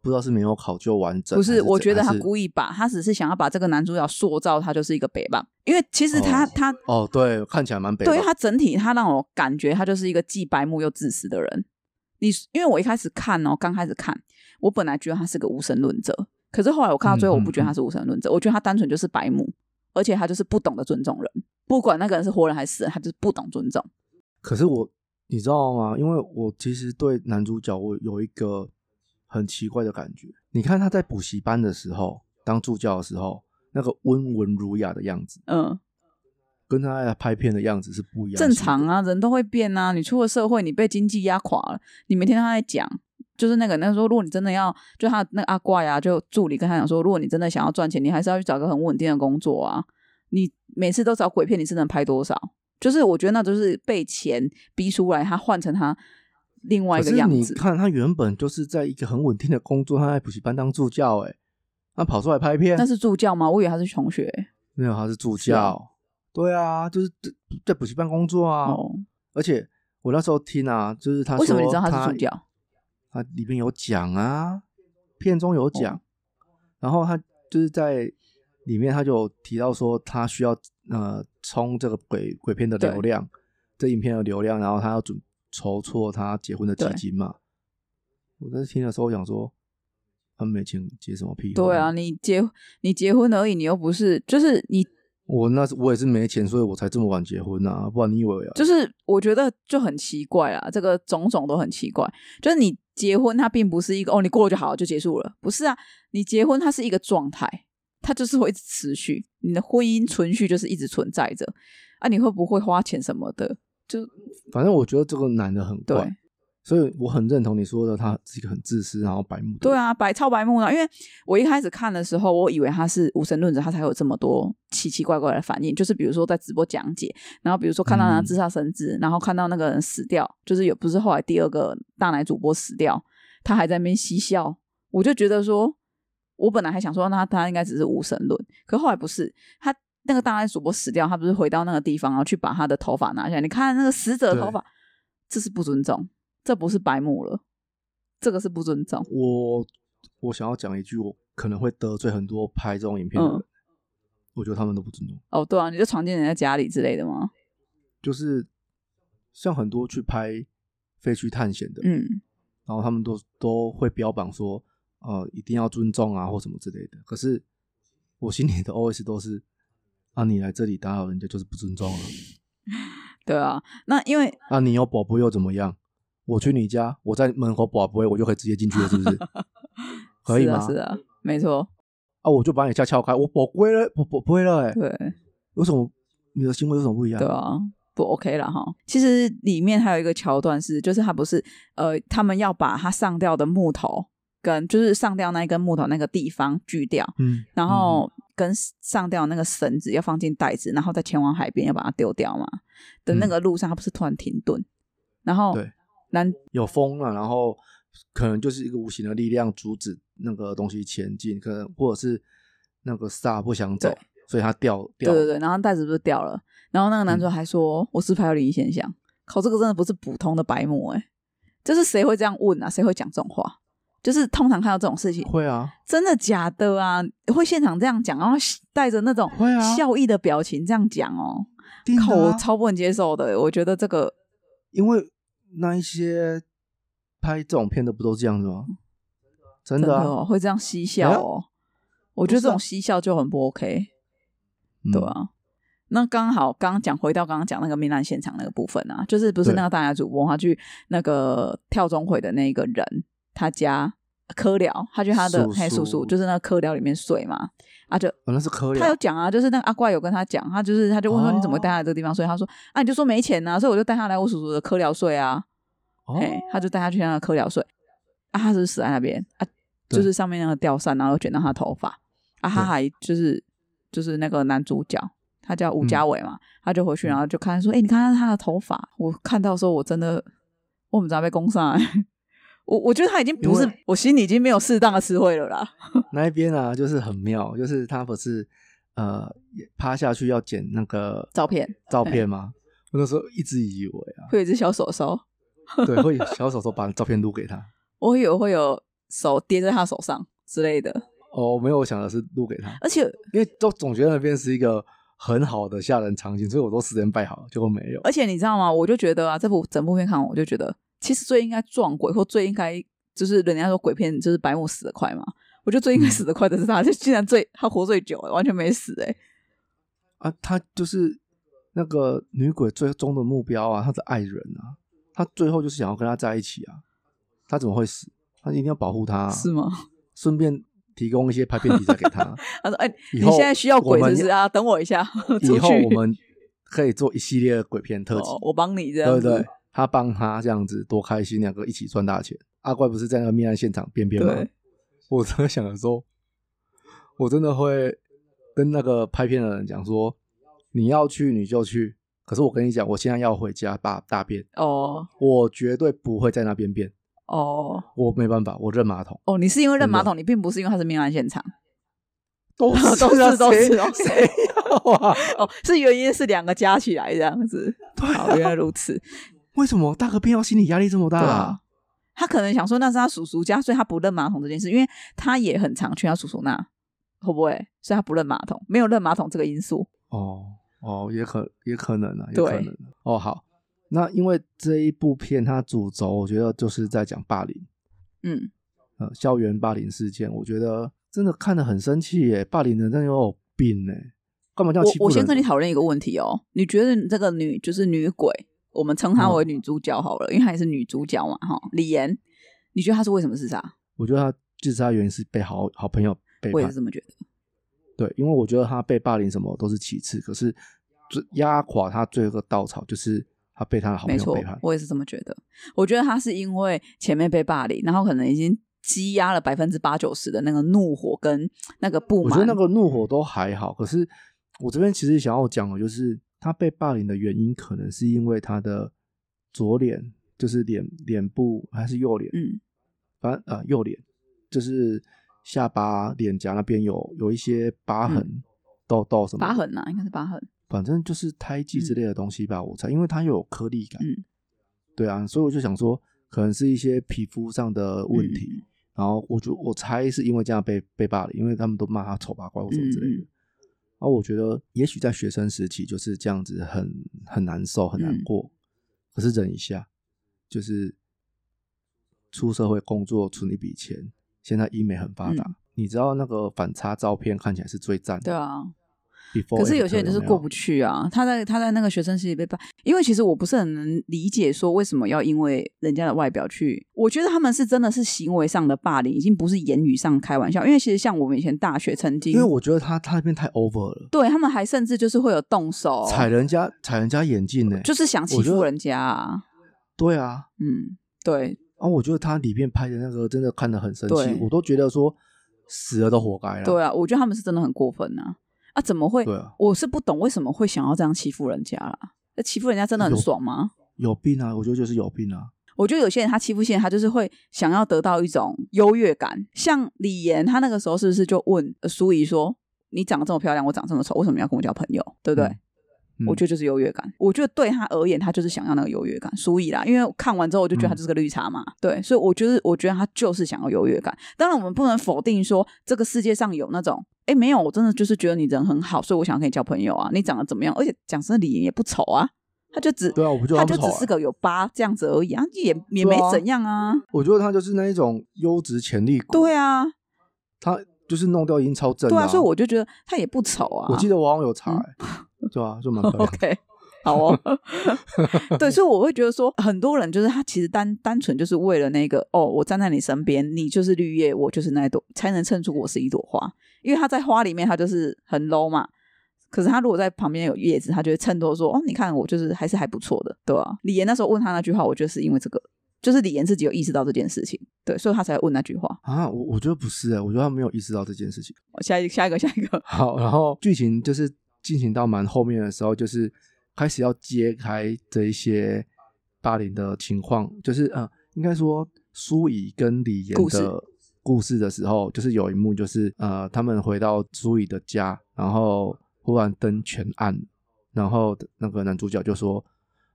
A: 不知道是没有考究完整，
B: 不
A: 还
B: 是，
A: 是
B: 我觉得他
A: 还是
B: 故意把，他只是想要把这个男主角塑造他就是一个北棒，因为其实他、
A: 哦
B: 他
A: 哦，对，看起来蛮北吧。
B: 对，因为他整体他让我感觉他就是一个既白目又自私的人。你因为我一开始看哦，刚开始看，我本来觉得他是个无神论者，可是后来我看到最
A: 嗯
B: 后，
A: 嗯
B: 我不觉得他是无神论者，我觉得他单纯就是白目，而且他就是不懂得尊重人，不管那个人是活人还是死人，他就是不懂尊重。
A: 可是我你知道吗？因为我其实对男主角我有一个很奇怪的感觉。你看他在补习班的时候，当助教的时候，那个温文儒雅的样子，
B: 嗯，
A: 跟他在拍片的样子是不一样。
B: 正常。啊，人都会变啊。你出了社会，你被经济压垮了，你每天都在讲，就是那个那时候，如果你真的要，就他那个阿怪啊，就助理跟他讲说，如果你真的想要赚钱，你还是要去找个很稳定的工作啊。你每次都找鬼片，你是能拍多少？就是我觉得那就是被钱逼出来，他换成他另外
A: 可
B: 一个
A: 是
B: 样
A: 你
B: 子。
A: 看，他原本就是在一个很稳定的工作，他在补习班当助教、欸，哎，他跑出来拍片
B: 那，是助教吗？我以为他是同学、
A: 没有，他是助
B: 是啊
A: 教。对啊，就是在在补习班工作啊。
B: 哦。
A: 而且我那时候听啊，就是他
B: 为什么
A: 说
B: 你知道
A: 他
B: 他是助教？
A: 他里面有讲啊，片中有讲，
B: 哦
A: 然后他就是在里面他就有提到说他需要呃冲这个鬼鬼片的流
B: 对
A: 量，这影片的流量，然后他要准筹措他结婚的基
B: 对
A: 金嘛。我在听的时候我想说，他们没钱结什么屁？
B: 对啊，，你结你结婚而已，你又不是，就是你
A: 我那时我也是没钱，所以我才这么晚结婚啊，不然你以为啊？
B: 就是我觉得就很奇怪啊，这个种种都很奇怪。就是你结婚，它并不是一个哦，你过了就好就结束了，不是啊？你结婚它是一个状态，它就是会一直持续，你的婚姻存续就是一直存在着。啊，你会不会花钱什么的？
A: 反正我觉得这个男的很
B: 对、
A: 怪，所以我很认同你说的，他是一个很自私然后白目的。
B: 对，啊，白超白目啊！因为我一开始看的时候，我以为他是无神论者，他才有这么多奇奇怪怪的反应，就是比如说在直播讲解，然后比如说看到他
A: 嗯
B: 自杀神志，然后看到那个人死掉，就是有不是后来第二个大奶主播死掉，他还在那边嬉笑，我就觉得说，我本来还想说那他应该只是无神论，可后来不是他。那个大奶主播死掉，他不是回到那个地方，然后去把他的头发拿下来。你看那个死者的头
A: 对
B: 发，这是不尊重，这不是白目了，这个是不尊重。
A: 我我想要讲一句，我可能会得罪很多拍这种影片的人，
B: 嗯
A: 我觉得他们都不尊重，
B: 哦，对啊，你就闯进人家家里之类的吗？
A: 就是像很多去拍废墟探险的，
B: 嗯，
A: 然后他们都都会标榜说，呃，一定要尊重啊或什么之类的。可是我心里的 OS 都是，啊，你来这里打扰人家就是不尊重了，
B: 对啊。那因为
A: 啊，你有宝贝又怎么样？我去你家，我在门口宝贝，我就可以直接进去了，是
B: *laughs*
A: 不是？可以
B: 是
A: 吗？
B: 啊，是啊，没错，
A: 啊，我就把你家撬开，我宝贝了，宝宝贝了、欸，哎，
B: 对
A: 有什么？你的行为有什么不一样？
B: 对啊，不 OK 了哈。其实里面还有一个桥段是，就是他不是呃，他们要把他上吊的木头跟就是上吊那一根木头那个地方锯掉，
A: 嗯，
B: 然后跟上吊那个绳子要放进袋子，然后再前往海边要把它丢掉嘛。的那
A: 嗯
B: 个路上，他不是突然停顿，然后
A: 对
B: 男
A: 嗯有风了、然后可能就是一个无形的力量阻止那个东西前进，可能或者是那个煞不想走
B: 对，
A: 所以他掉掉。嗯
B: 对对对，然后袋子不是掉了，然后那个男主角还说、我是不是还有灵异现象，靠，这个真的不是普通的白目哎、就是谁会这样问啊？谁会讲这种话？就是通常看到这种事情，
A: 会啊，
B: 真的假的啊？会现场这样讲，然后带着那种
A: 会啊
B: 笑意的表情这样讲哦，
A: 定
B: 靠，
A: 的
B: 我
A: 啊
B: 超不能接受的欸、我觉得这个
A: 因为那一些拍这种片的不都这样子吗？真的啊，
B: 哦，会这样嬉笑
A: 哎呀
B: 哦，我觉
A: 不是
B: 得这
A: 啊
B: 种嬉笑就很不 OK。
A: 嗯
B: 对啊。那刚好刚刚讲回到刚刚讲那个命案现场那个部分啊，就是不是
A: 对
B: 那个大家主播他去那个跳钟会的那个人他家科寮，他去他的
A: 叔叔
B: 嘿叔叔就是那个科寮里面睡嘛，啊就。
A: 哦那是科
B: 他有
A: 聊，
B: 讲啊，就是那个阿怪有跟他讲，他就是他就问说
A: 哦
B: 你怎么会带他来这个地方睡？他说啊你就说没钱呐、所以我就带他来我叔叔的科寮睡啊，
A: 哦
B: 哎、他就带他去那个科寮睡，啊他是死在那边啊，
A: 对
B: 就是上面那个吊扇，然后又卷到他头发，啊他
A: 对
B: 还就是就是那个男主角，他叫
A: 嗯
B: 吴家伟嘛，他就回去，然后就看说，哎、你看他的头发，我看到的时候我真的，我们知道被攻上来，我我觉得他已经不是
A: 因，
B: 我心里已经没有适当的词汇了啦，
A: 那一边啊，就是很妙，就是他不是呃趴下去要捡那个
B: 照片
A: 照片吗？我那时候一直以为啊，
B: 会有一只小手手， *laughs*
A: 对，会有小手手把照片撸给他。
B: 我以为会有手跌在他手上之类的，
A: 哦，没有，我想的是录给他，
B: 而且
A: 因为都总觉得那边是一个很好的吓人场景，所以我都事先拜好了，结果没有。
B: 而且你知道吗？我就觉得啊，这部整部片看完，我就觉得其实最应该撞鬼，或最应该就是人家说鬼片就是白目死得快嘛。我觉得最应该
A: 嗯
B: 死得快的是他，就竟然最他活最久、欸，完全没死哎、
A: 啊，他就是那个女鬼最终的目标啊，她的爱人啊，她最后就是想要跟他在一起啊，她怎么会死？她一定要保护他、啊，
B: 是吗？
A: 顺便提供一些拍片题材给
B: *laughs*
A: 他。
B: 他说：“哎、
A: 以
B: 你
A: 后
B: 现在需要
A: 我
B: 鬼
A: 们
B: 是不是啊？等我一下，出
A: 以后
B: 去
A: 我们可以做一系列的鬼片特辑，
B: 哦我帮你这样
A: 对不
B: 子。
A: 对？他帮他这样子多开心，两个一起赚大钱。阿怪不是在那个命案现场边边吗
B: 对？
A: 我真的想的时候，我真的会跟那个拍片的人讲说：你要去你就去，可是我跟你讲，我现在要回家大大便，
B: 哦
A: 我绝对不会在那边便，
B: 哦
A: 我没办法，我认马桶。
B: 哦，你是因为
A: 真
B: 认
A: 的
B: 马桶，你并不是因为它是命案现场
A: *laughs* 都
B: 都
A: 是啊
B: 是都
A: 谁
B: 是，OK
A: 谁要啊？ *laughs*
B: 哦，是原因是两个加起来这样子。
A: 对
B: 好，
A: 啊
B: 原来如此。
A: 为什么大个便要心理压力这么大、
B: 对啊，他可能想说那是他叔叔家，所以他不认马桶这件事，因为他也很常去他叔叔那，会不会？所以他不认马桶，没有认马桶这个因素。
A: 哦哦，也可也可能啊，也
B: 对
A: 可能啊哦。好，那因为这一部片它主轴，我觉得就是在讲霸凌，
B: 嗯，
A: 呃，校园霸凌事件，我觉得真的看得很生气耶，霸凌人真的有病呢，干嘛这样啊欺
B: 我
A: 负
B: 我先
A: 人？
B: 跟你讨论一个问题哦，你觉得你这个女就是女鬼，我们称她为女主角好了，因为她也是女主角嘛，哈，李岩，你觉得她是为什么自杀？
A: 我觉得他自杀原因是被好好朋友背
B: 我
A: 叛
B: 也是，这么觉得。
A: 对，因为我觉得他被霸凌什么都是其次，可是最压垮他最后一个稻草就是他被他的好朋
B: 没
A: 友
B: 错
A: 背叛，。
B: 我也是这么觉得。我觉得他是因为前面被霸凌，然后可能已经积压了百分之八九十的那个怒火跟那个不
A: 我
B: 满。嗯
A: 觉得那个怒火都还好，可是我这边其实想要讲的就是，他被霸凌的原因可能是因为他的左脸，就是脸脸部还是右脸，
B: 嗯，
A: 反正呃右脸就是下巴、脸颊那边有有一些疤痕、痘痘什么的
B: 嗯疤，痕啊，应该是疤痕。
A: 反正就是胎记之类的东西吧，我猜，因为它有颗粒感，
B: 嗯
A: 对啊，所以我就想说，可能是一些皮肤上的问题。
B: 嗯
A: 然后我就我猜是因为这样被被霸凌，因为他们都骂他丑八怪或什么之类的。
B: 嗯
A: 然后我觉得，也许在学生时期就是这样子很，很难受，很
B: 嗯
A: 难过。可是忍一下，就是出社会工作存一笔钱，现在医美很发达，你知道那个反差照片看起来是最赞的。
B: 嗯对啊，
A: Before
B: 可是有
A: after
B: 些人就是
A: 没
B: 过不去啊。他在他在那个学生时期被霸，因为其实我不是很能理解说为什么要因为人家的外表去，我觉得他们是真的是行为上的霸凌，已经不是言语上开玩笑。因为其实像我们以前大学曾经，
A: 因为我觉得他他那边太 over 了，
B: 对他们还甚至就是会有动手，
A: 踩人家踩人家眼镜呢、
B: 就是想欺
A: 我觉得
B: 负人家、啊。
A: 对啊，
B: 嗯，对，
A: 啊，我觉得他里面拍的那个真的看得很生气
B: 对，
A: 我都觉得说死了都活该了。
B: 对啊，我觉得他们是真的很过分啊！啊，怎么会？
A: 对啊
B: 我是不懂为什么会想要这样欺负人家啦？那欺负人家真的很
A: 有
B: 爽吗？
A: 有病啊！我觉得就是有病啊。
B: 我觉得有些人他欺负线，他就是会想要得到一种优越感。像李岩，他那个时候是不是就问呃苏怡说：“你长得这么漂亮，我长这么丑，为什么要跟我交朋友？”对不对？
A: 嗯嗯
B: 我觉得就是优越感。我觉得对他而言，他就是想要那个优越感。所以啦，因为我看完之后我就
A: 嗯
B: 觉得他就是个绿茶嘛，对，所以我觉得，我觉得他就是想要优越感。当然，我们不能否定说这个世界上有那种，哎，没有，我真的就是觉得你人很好，所以我想跟你交朋友啊。你长得怎么样？而且讲真的，李岩也不丑啊，他就只
A: 对啊，我不觉得
B: 他
A: 他
B: 就
A: 不丑、
B: 只
A: 啊
B: 是，个有疤这样子而已啊，也
A: 对
B: 也没
A: 啊
B: 怎样啊，
A: 我觉得他就是那一种优质潜力股。
B: 对啊，
A: 他就是弄掉已经超正了、
B: 对啊，所以我就觉得他也不丑啊。
A: 我记得我好像有查、欸，对啊，就蛮
B: *laughs*
A: 漂亮的。
B: OK，好哦。对，所以我会觉得说，很多人就是他其实单单纯就是为了那个哦，我站在你身边，你就是绿叶，我就是那一朵，才能衬出我是一朵花。因为他在花里面，他就是很 low 嘛。可是他如果在旁边有叶子，他就会衬托说：“哦，你看我就是还是还不错的，对啊。”李岩那时候问他那句话，我觉得是因为这个，就是李岩自己有意识到这件事情，对，所以他才问那句话。
A: 啊，我我觉得不是哎、我觉得他没有意识到这件事情。
B: 下一下一个下一个，
A: 好，然后剧情就是进行到蛮后面的时候，就是开始要揭开这一些霸凌的情况，就是呃，应该说苏怡跟李岩
B: 故事
A: 的故事的时候，就是有一幕就是呃，他们回到苏怡的家，然后忽然灯全暗，然后那个男主角就说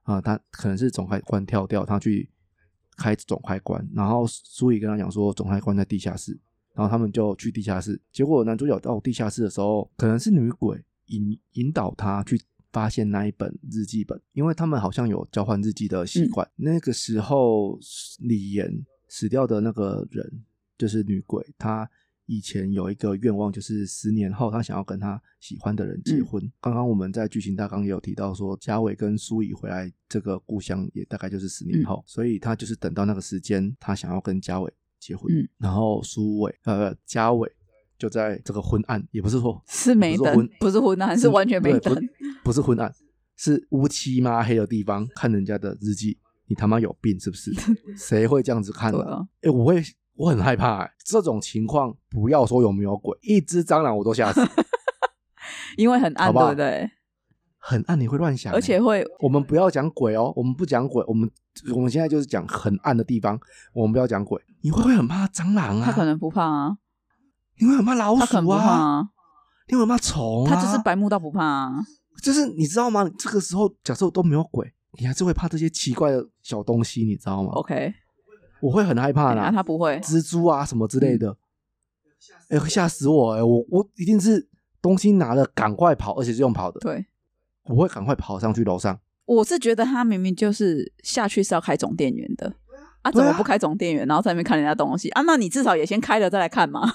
A: 啊、呃他可能是总开关跳掉，他去开总开关，然后苏怡跟他讲说总开关在地下室，然后他们就去地下室。结果男主角到地下室的时候，可能是女鬼引引导他去发现那一本日记本，因为他们好像有交换日记的习惯。那个时候，李岩死掉的那个人就是女鬼，她以前有一个愿望，就是十年后他想要跟他喜欢的人结婚。刚刚我们在剧情大纲也有提到说，嘉伟跟苏怡回来这个故乡也大概就是十年后，所以他就是等到那个时间，他想要跟嘉伟结婚。
B: 嗯
A: 然后苏伟呃嘉伟就在这个昏暗，也不是说
B: 是没
A: 不是
B: 灯
A: 昏，
B: 不是昏暗，是完全没
A: 对
B: 灯。
A: 不是昏暗，是乌漆嘛黑的地方看人家的日记，你他妈有病是不
B: *laughs*
A: 是？谁会这样子看
B: 对
A: 的、
B: 啊，
A: 哎、我会，我很害怕、欸。这种情况，不要说有没有鬼，一只蟑螂我都
B: *laughs*
A: 吓死。
B: 因为很暗，
A: 好不好
B: 对不对？
A: 很暗，你会乱想欸、
B: 而且会
A: 我们不要讲鬼哦，我们不讲鬼，我们我们现在就是讲很暗的地方，我们不要讲鬼。你会不会很怕蟑螂啊？
B: 他可能不怕啊，
A: 你会很怕老
B: 他可能
A: 鼠
B: 不怕
A: 啊？
B: 啊，
A: 你会很怕虫啊？
B: 他就是白目到不怕啊。
A: 就是你知道吗？这个时候假设都没有鬼，你还是会怕这些奇怪的小东西，你知道吗？
B: OK，
A: 我会很害怕啦。
B: 哦啊，嗯他不会，
A: 蜘蛛啊什么之类的，哎、会吓死我哎、我我一定是东西拿了赶快跑，而且是用跑的，
B: 对。
A: 我会赶快跑上去楼上。
B: 我是觉得他明明就是下去是要开总电源的啊，怎
A: 对
B: 么
A: 啊
B: 不开总电源，然后在那边看人家东西啊？那你至少也先开了再来看嘛，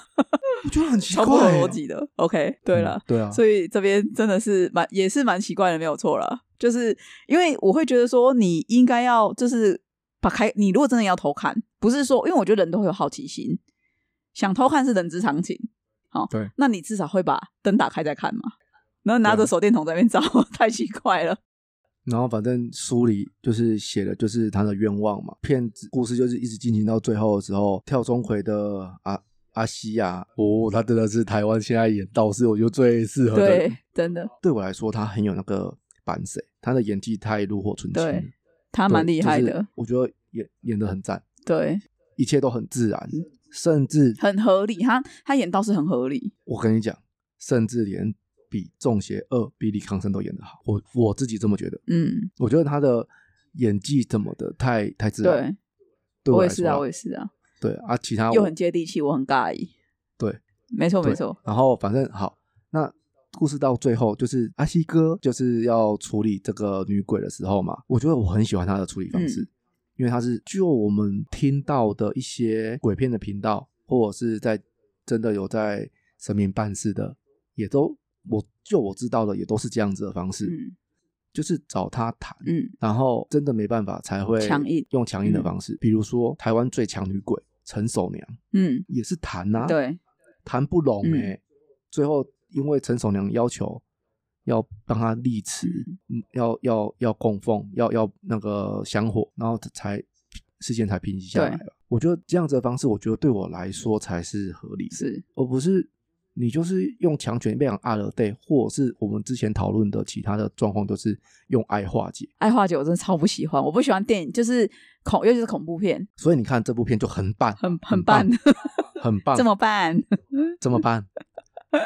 A: 我觉得很奇
B: 超
A: 怪、
B: 不合
A: 欸，
B: 逻辑的。OK，对了
A: 嗯，对啊，
B: 所以这边真的是蛮也是蛮奇怪的，没有错啦。就是因为我会觉得说，你应该要就是把开，你如果真的要偷看，不是说，因为我觉得人都会有好奇心，想偷看是人之常情。好、
A: 对，
B: 那你至少会把灯打开再看嘛，然后拿
A: 对
B: 着
A: 啊
B: 手电筒在那边照， *laughs* 太奇怪了。
A: 然后反正书里就是写的就是他的愿望嘛，骗子故事就是一直进行到最后的时候，跳钟馗的阿阿西亚，哦，他真的是台湾现在演道士，我觉得最适合的。
B: 对，真的，
A: 哦对我来说，他很有那个版谁，他的演技太炉火纯青了，
B: 对
A: 对，
B: 他蛮厉害
A: 就是
B: 的，
A: 我觉得演演的很赞。
B: 对，
A: 一切都很自然，
B: 嗯
A: 甚至
B: 很合理。他他演道士很合理，
A: 我跟你讲，甚至连比《中邪二》比李康生都演得好，我我自己这么觉得。
B: 嗯，
A: 我觉得他的演技怎么的太太自然，
B: 对，
A: 啊对
B: 我
A: 来
B: 也是
A: 说
B: 啊，
A: 啊，
B: 我也是啊，
A: 对啊，其他
B: 又
A: 我
B: 很接地气，我很尬意。
A: 对，
B: 没错，
A: 对
B: 没错，
A: 然后反正好，那故事到最后就是阿西哥就是要处理这个女鬼的时候嘛，我觉得我很喜欢他的处理方
B: 嗯
A: 式，因为他是就我们听到的一些鬼片的频道，或者是在真的有在神明办事的，也都我就我知道的也都是这样子的方式，
B: 嗯
A: 就是找他谈。
B: 嗯，
A: 然后真的没办法才会
B: 强硬
A: 用强硬的
B: 嗯
A: 方式，比如说台湾最强女鬼陈守娘
B: 嗯，
A: 也是谈啊呐、，
B: 对，
A: 谈不拢
B: 嗯
A: 哎、最后因为陈守娘要求要帮他立祠，嗯要要要供奉，要要那个香火，然后才事件才平息下来
B: 对
A: 了。我觉得这样子的方式，我觉得对我来说才是合理的，
B: 是，
A: 而不是你就是用强权变成阿勒 day，或者是我们之前讨论的其他的状况，都是用爱化解。
B: 爱化姐我真的超不喜欢，我不喜欢电影，就是恐，尤其是恐怖片，
A: 所以你看这部片就很棒，
B: 很很
A: 很
B: 棒，
A: 很
B: *laughs*
A: 棒，
B: 怎么办？
A: 怎么办？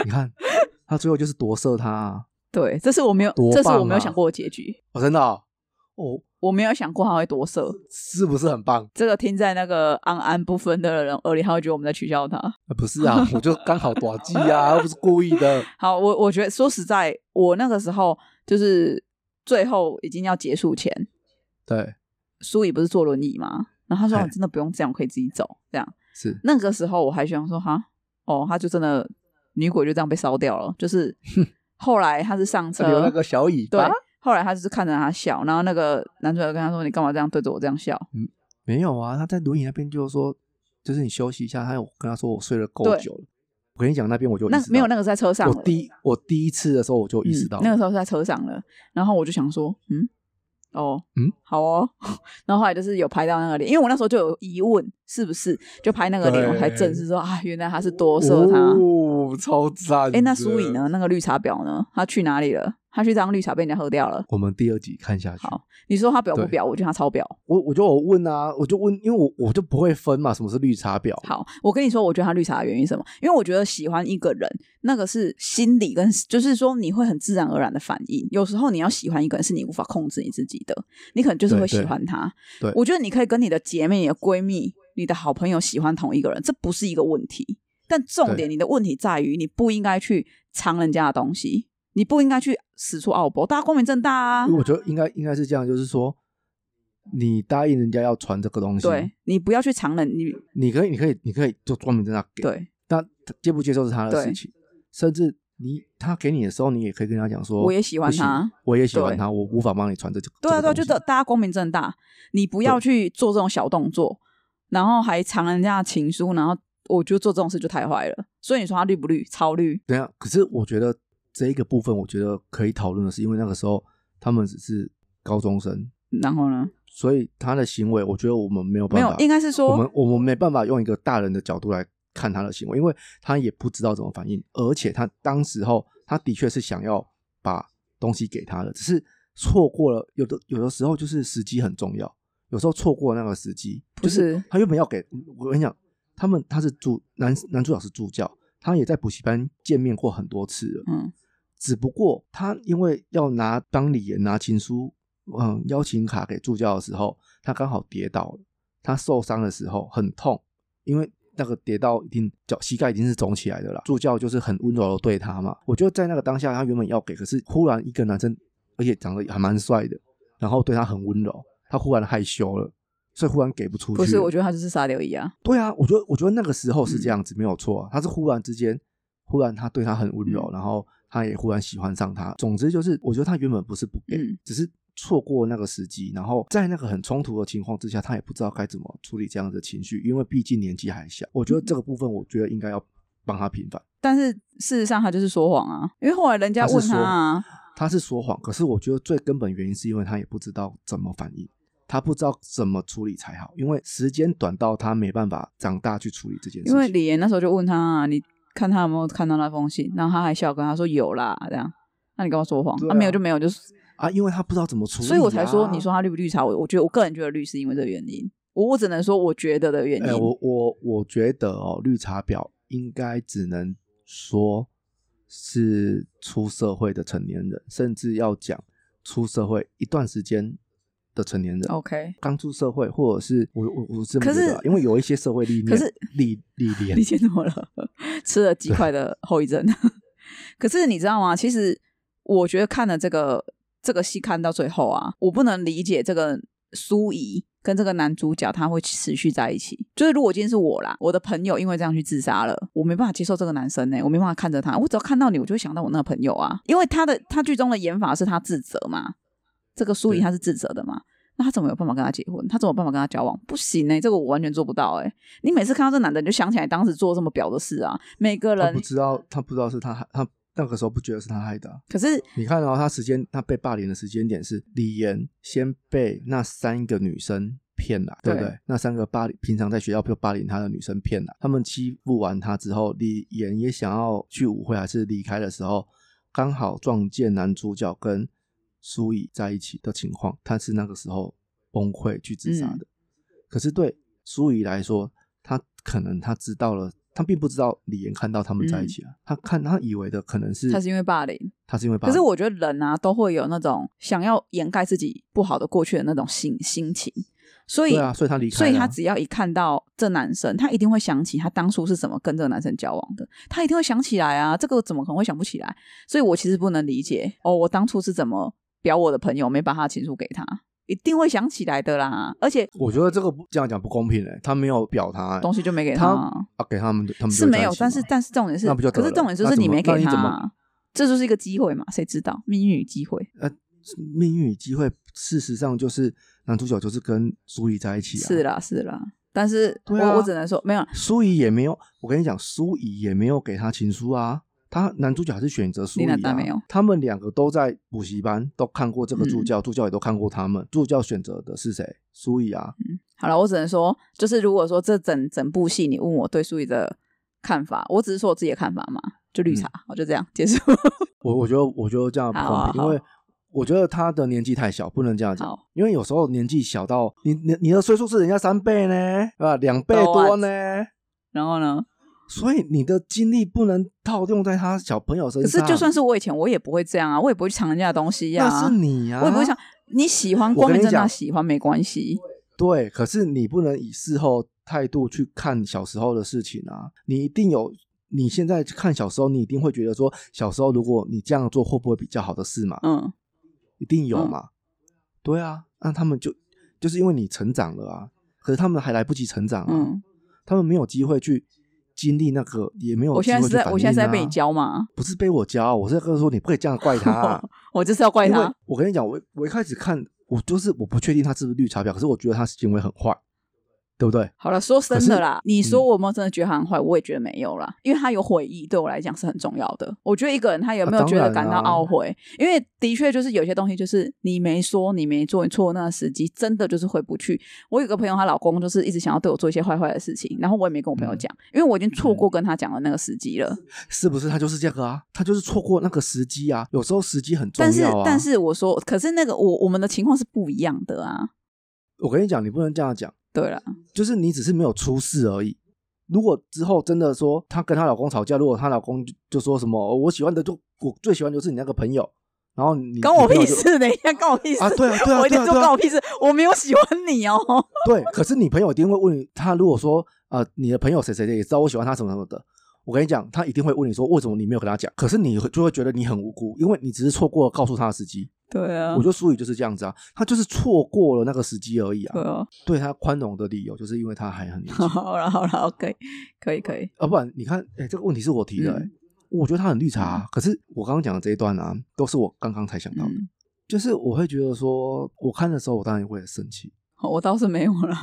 A: 你看他最后就是夺舍他、啊，
B: 对，这是我没有，
A: *laughs* 多
B: 这是
A: 棒
B: 我没有
A: 啊
B: 想过的结局，
A: 哦，真的哦，哦
B: 我没有想过他会夺舍。
A: 是不是很棒？
B: 这个听在那个安安不分的人耳里，他会觉得我们在取笑他。
A: 呃不是啊， *laughs* 我就刚好短记
B: *laughs*
A: 啊，又不是故意的。
B: 好，我我觉得说实在，我那个时候就是最后已经要结束前，
A: 对，
B: 苏怡不是坐轮椅吗？然后他说：“
A: 嘿
B: 我真的不用这样，我可以自己走。”这样，
A: 是
B: 那个时候我还想说：“哈，哦，他就真的女鬼就这样被烧掉了。”就是后来他是上车，
A: 留那个小尾
B: 对
A: 巴，，
B: 后来他就是看着他笑，然后那个男主角跟他说：“你干嘛这样对着我这样笑
A: 没有啊，他在轮椅那边就说，就是你休息一下。他有跟他说我睡了够
B: 对
A: 久了。我跟你讲，那边我就？”意
B: 那
A: 识到
B: 没有，那个是在车上了
A: 我第一我第一次的时候我就意识到
B: 嗯，那个时候是在车上了，然后我就想说，嗯，哦，
A: 嗯，
B: 好哦， *laughs* 然后后来就是有拍到那个脸，因为我那时候就有疑问是不是，就拍那个脸，
A: 对
B: 我才正式说啊，原来他是多色他。
A: 哦，超赞。
B: 哎、那苏颖？呢？那个绿茶婊呢？他去哪里了？他去当绿茶被人家喝掉了。
A: 我们第二集看下去。
B: 好你说他婊不
A: 对
B: 婊？我觉得他超婊。
A: 我我就有问啊，我就问，因为我我就不会分嘛，什么是绿茶婊？
B: 好，我跟你说，我觉得他绿茶的原因是什么？因为我觉得喜欢一个人，那个是心理跟，就是说你会很自然而然的反应。有时候你要喜欢一个人，是你无法控制你自己的，你可能就是
A: 对
B: 会喜
A: 对
B: 欢他。
A: 对
B: 我觉得你可以跟你的姐妹、你的闺蜜、你的好朋友喜欢同一个人，这不是一个问题。但重点，你的问题在于你不应该去藏人家的东西，你不应该去死出奥博，大家光明正大啊
A: 因。为我觉得应该应该是这样，就是说，你答应人家要传这个东西，
B: 对你不要去藏人，你
A: 你可以，你可以，你可以就光明正大给，
B: 对
A: 但接不接受是他的
B: 对
A: 事情，甚至你他给你的时候，你也可以跟他讲说，
B: 我也喜欢
A: 不行
B: 他，
A: 我也喜欢
B: 对
A: 他，我无法帮你传这这个。
B: 对啊，对啊，
A: 这
B: 就
A: 个东
B: 大
A: 西
B: 大家光明正大，你不要去做这种小动作，然后还藏人家的情书，然后我觉得做这种事就太坏了。所以你说他绿不绿？超绿，
A: 等一下，啊可是我觉得这一个部分，我觉得可以讨论的是，因为那个时候他们只是高中生，
B: 然后呢？
A: 所以他的行为，我觉得我们没有
B: 没
A: 办
B: 有
A: 法，，
B: 应该是
A: 我们
B: 说，
A: 我们没办法用一个大人的角度来看他的行为，因为他也不知道怎么反应，而且他当时候他的确是想要把东西给他的，只是错过了。有的有的时候就是时机很重要，有时候错过那个时机，
B: 不
A: 就是是他原本要给我跟你讲，他们他是助男男主角是助教，他也在补习班见面过很多次了，
B: 嗯，
A: 只不过他因为要拿当李岩拿情书，嗯，邀请卡给助教的时候，他刚好跌倒了，他受伤的时候很痛，因为那个跌到一定脚膝盖已经是肿起来的了。助教就是很温柔的对他嘛，我觉得在那个当下，他原本要给，可是忽然一个男生，而且长得还蛮帅的，然后对他很温柔，他忽然害羞了，所以忽然给不出去了。
B: 不是，我觉得他就是沙雕一啊。
A: 对啊，我觉得我觉得那个时候是
B: 嗯
A: 这样子，没有错、啊。他是忽然之间，忽然他对他很温柔，
B: 嗯
A: 然后他也忽然喜欢上他。总之就是，我觉得他原本不是不给，
B: 嗯
A: 只是错过那个时机，然后在那个很冲突的情况之下，他也不知道该怎么处理这样的情绪，因为毕竟年纪还小。我觉得这个部分，我觉得应该要帮他平反。
B: 但是事实上他就是说谎啊，因为后来人家
A: 他是
B: 问
A: 说
B: 他啊，
A: 他是说谎，可是我觉得最根本原因是因为他也不知道怎么反应。他不知道怎么处理才好，因为时间短到他没办法长大去处理这件事情。
B: 因为李岩那时候就问他、啊，你看他有没有看到那封信，然后他还笑跟他说有啦，这样。那你干嘛说谎？
A: 对
B: 啊，没有
A: 啊
B: 就没有，就是，
A: 啊，因为他不知道怎么处理、啊，
B: 所以我才说，你说他绿不绿茶？我我觉得我个人觉得绿是因为这个原因，我我只能说我觉得的原因。
A: 哎、我我我觉得哦，绿茶婊应该只能说是出社会的成年人，甚至要讲出社会一段时间的成年人。
B: OK，
A: 刚出社会，或者是我我我是这么
B: 哦可
A: 觉
B: 是
A: 得啊因为有一些社会历练，
B: 可是
A: 历历练
B: 你今天怎么了？吃了鸡块的后遗症。可是你知道吗？其实我觉得看了这个这个戏看到最后啊，我不能理解这个苏怡跟这个男主角他会持续在一起。就是如果今天是我啦，我的朋友因为这样去自杀了，我没办法接受这个男生呢、我没办法看着他，我只要看到你，我就会想到我那个朋友啊，因为他的他剧中的演法是他自责嘛，这个苏怡
A: 对
B: 他是自责的嘛。那他怎么有办法跟他结婚？他怎么有办法跟他交往？不行呢、欸这个我完全做不到哎、你每次看到这男的，你就想起来当时做这么表的事啊。每个
A: 他
B: 人
A: 哦不知道他不知道是他害他那个时候不觉得是他害的啊、
B: 可是
A: 你看到、他时间他被霸凌的时间点是李岩先被那三个女生骗了，对不对？
B: 对
A: 那三个霸凌平常在学校就霸凌他的女生骗了，他们欺负完他之后，李岩也想要去舞会还是离开的时候，刚好撞见男主角跟苏乙在一起的情况，他是那个时候崩溃去自杀的。
B: 嗯
A: 可是对苏怡来说，她可能她知道了，她并不知道李岩看到他们在一起啊，她看她以为的可能是
B: 他嗯是因为霸凌，
A: 她是因为霸凌，
B: 可是我觉得人啊都会有那种想要掩盖自己不好的过去的那种心心情，所以
A: 对啊，所以他离开了啊，
B: 所以他只要一看到这男生，他一定会想起他当初是怎么跟这个男生交往的，他一定会想起来啊，这个怎么可能会想不起来？所以我其实不能理解哦，我当初是怎么表我的朋友没把他的情书给他，一定会想起来的啦，而且
A: 我觉得这个不这样讲不公平嘞、他没有表达、欸，
B: 东西就没给
A: 他
B: 啊
A: 啊给他们，他们就是会在
B: 没有
A: 一，起
B: 但
A: 嘛
B: 是但是重点是
A: 那不就，得
B: 可是
A: 了
B: 重点就
A: 那
B: 是
A: 怎么那
B: 没给
A: 你
B: 他
A: 怎么
B: 啊，这就是一个机会嘛，谁知道命运与机会
A: 命运与机会，事实上就是男主角就是跟苏怡在一起啊，
B: 是啦是啦，但是我
A: 对啊
B: 我只能说没有，
A: 苏怡也没有，我跟你讲，苏怡也没有给他情书啊。他男主角还是选择苏怡
B: 你哪
A: 啊
B: 单没有，嗯
A: 他们两个都在补习班，都看过这个助教，助教也都看过他们。助教选择的是谁？苏怡
B: 嗯
A: 啊，
B: 好了，我只能说，就是如果说这整整部戏你问我对苏怡的看法，我只是说我自己的看法嘛，就
A: 嗯
B: 绿茶，我就这样结束。
A: 我我觉得我觉得这样不
B: 好啊
A: 公平，
B: 好
A: 因为我觉得他的年纪太小，不能这样讲
B: 好。
A: 因为有时候年纪小到你你你的岁数是人家三倍呢，啊两倍多呢，
B: 然后呢，
A: 所以你的精力不能套用在他小朋友身
B: 可是
A: 上。
B: 就算是我以前，我也不会这样啊，我也不会去抢人家的东西呀、
A: 那是你啊，
B: 我也不会想你喜欢
A: 我
B: 光
A: 跟
B: 明
A: 你
B: 正大
A: 讲
B: 喜欢没关系，
A: 对，可是你不能以事后态度去看小时候的事情啊！你一定有，你现在看小时候，你一定会觉得说，小时候如果你这样做，会不会比较好的事嘛？
B: 嗯，
A: 一定有嘛？对啊，那他们就就是因为你成长了啊，可是他们还来不及成长啊，
B: 嗯
A: 他们没有机会去经历那个，也没有
B: 我
A: 机
B: 现在
A: 会
B: 是
A: 去
B: 在
A: 反
B: 我现在是在
A: 应啊
B: 被你教吗？
A: 不是被我教，我是在跟他说你不可以这样怪他、啊
B: 我就是要 *laughs* 怪
A: 因为
B: 他，
A: 我跟你讲，我我一开始看，我就是我不确定他是不是绿茶婊，可是我觉得他行为很坏，对不对？
B: 好了，说真的啦，你说
A: 嗯
B: 我有没有真的觉得他很坏？我也觉得没有啦，因为他有悔意，对我来讲是很重要的。我觉得一个人他有没有
A: 啊当
B: 觉得
A: 然
B: 感到
A: 啦
B: 懊悔，因为的确就是有些东西就是你没说，你没做，你错过那个时机，真的就是回不去。我有个朋友，她老公就是一直想要对我做一些坏坏的事情，然后我也没跟我
A: 嗯
B: 朋友讲，因为我已经错过跟他讲的那个时机了。
A: 是不是他就是这个啊？他就是错过那个时机啊！有时候时机很重
B: 但是
A: 要啊。
B: 但是我说，可是那个我我们的情况是不一样的啊。
A: 我跟你讲，你不能这样讲，
B: 对了，
A: 就是你只是没有出事而已。如果之后真的说她跟她老公吵架，如果她老公就就说什么、哦我喜欢的就我最喜欢就是你那个朋友，然后你
B: 关我
A: 你朋友
B: 屁
A: 就
B: 事！等一下，关我屁事！
A: 啊！对啊，对啊，
B: *laughs* 我一
A: 对
B: 点
A: 啊，
B: 都
A: 对
B: 关
A: 啊
B: 我屁事！我没有喜欢你哦。 *laughs*
A: 对。可是你朋友一定会问你，他如果说啊、呃你的朋友谁谁谁也知道我喜欢他什么什么的，我跟你讲，他一定会问你说为什么你没有跟他讲？可是你会就会觉得你很无辜，因为你只是错过了告诉他的时机。
B: 对啊
A: 我觉得苏雨就是这样子啊，他就是错过了那个时机而已
B: 对
A: 啊。
B: 啊。
A: 对他宽容的理由就是因为他还很
B: *laughs*
A: 年轻。
B: 好了好了，OK，可以可以，
A: 啊，不然你看，哎、这个问题是我提的、哎
B: 嗯
A: 我觉得他很绿茶、啊，可是我刚刚讲的这一段啊，都是我刚刚才想到的，
B: 嗯，
A: 就是我会觉得说，我看的时候我当然会很生气，
B: 好我倒是没有了，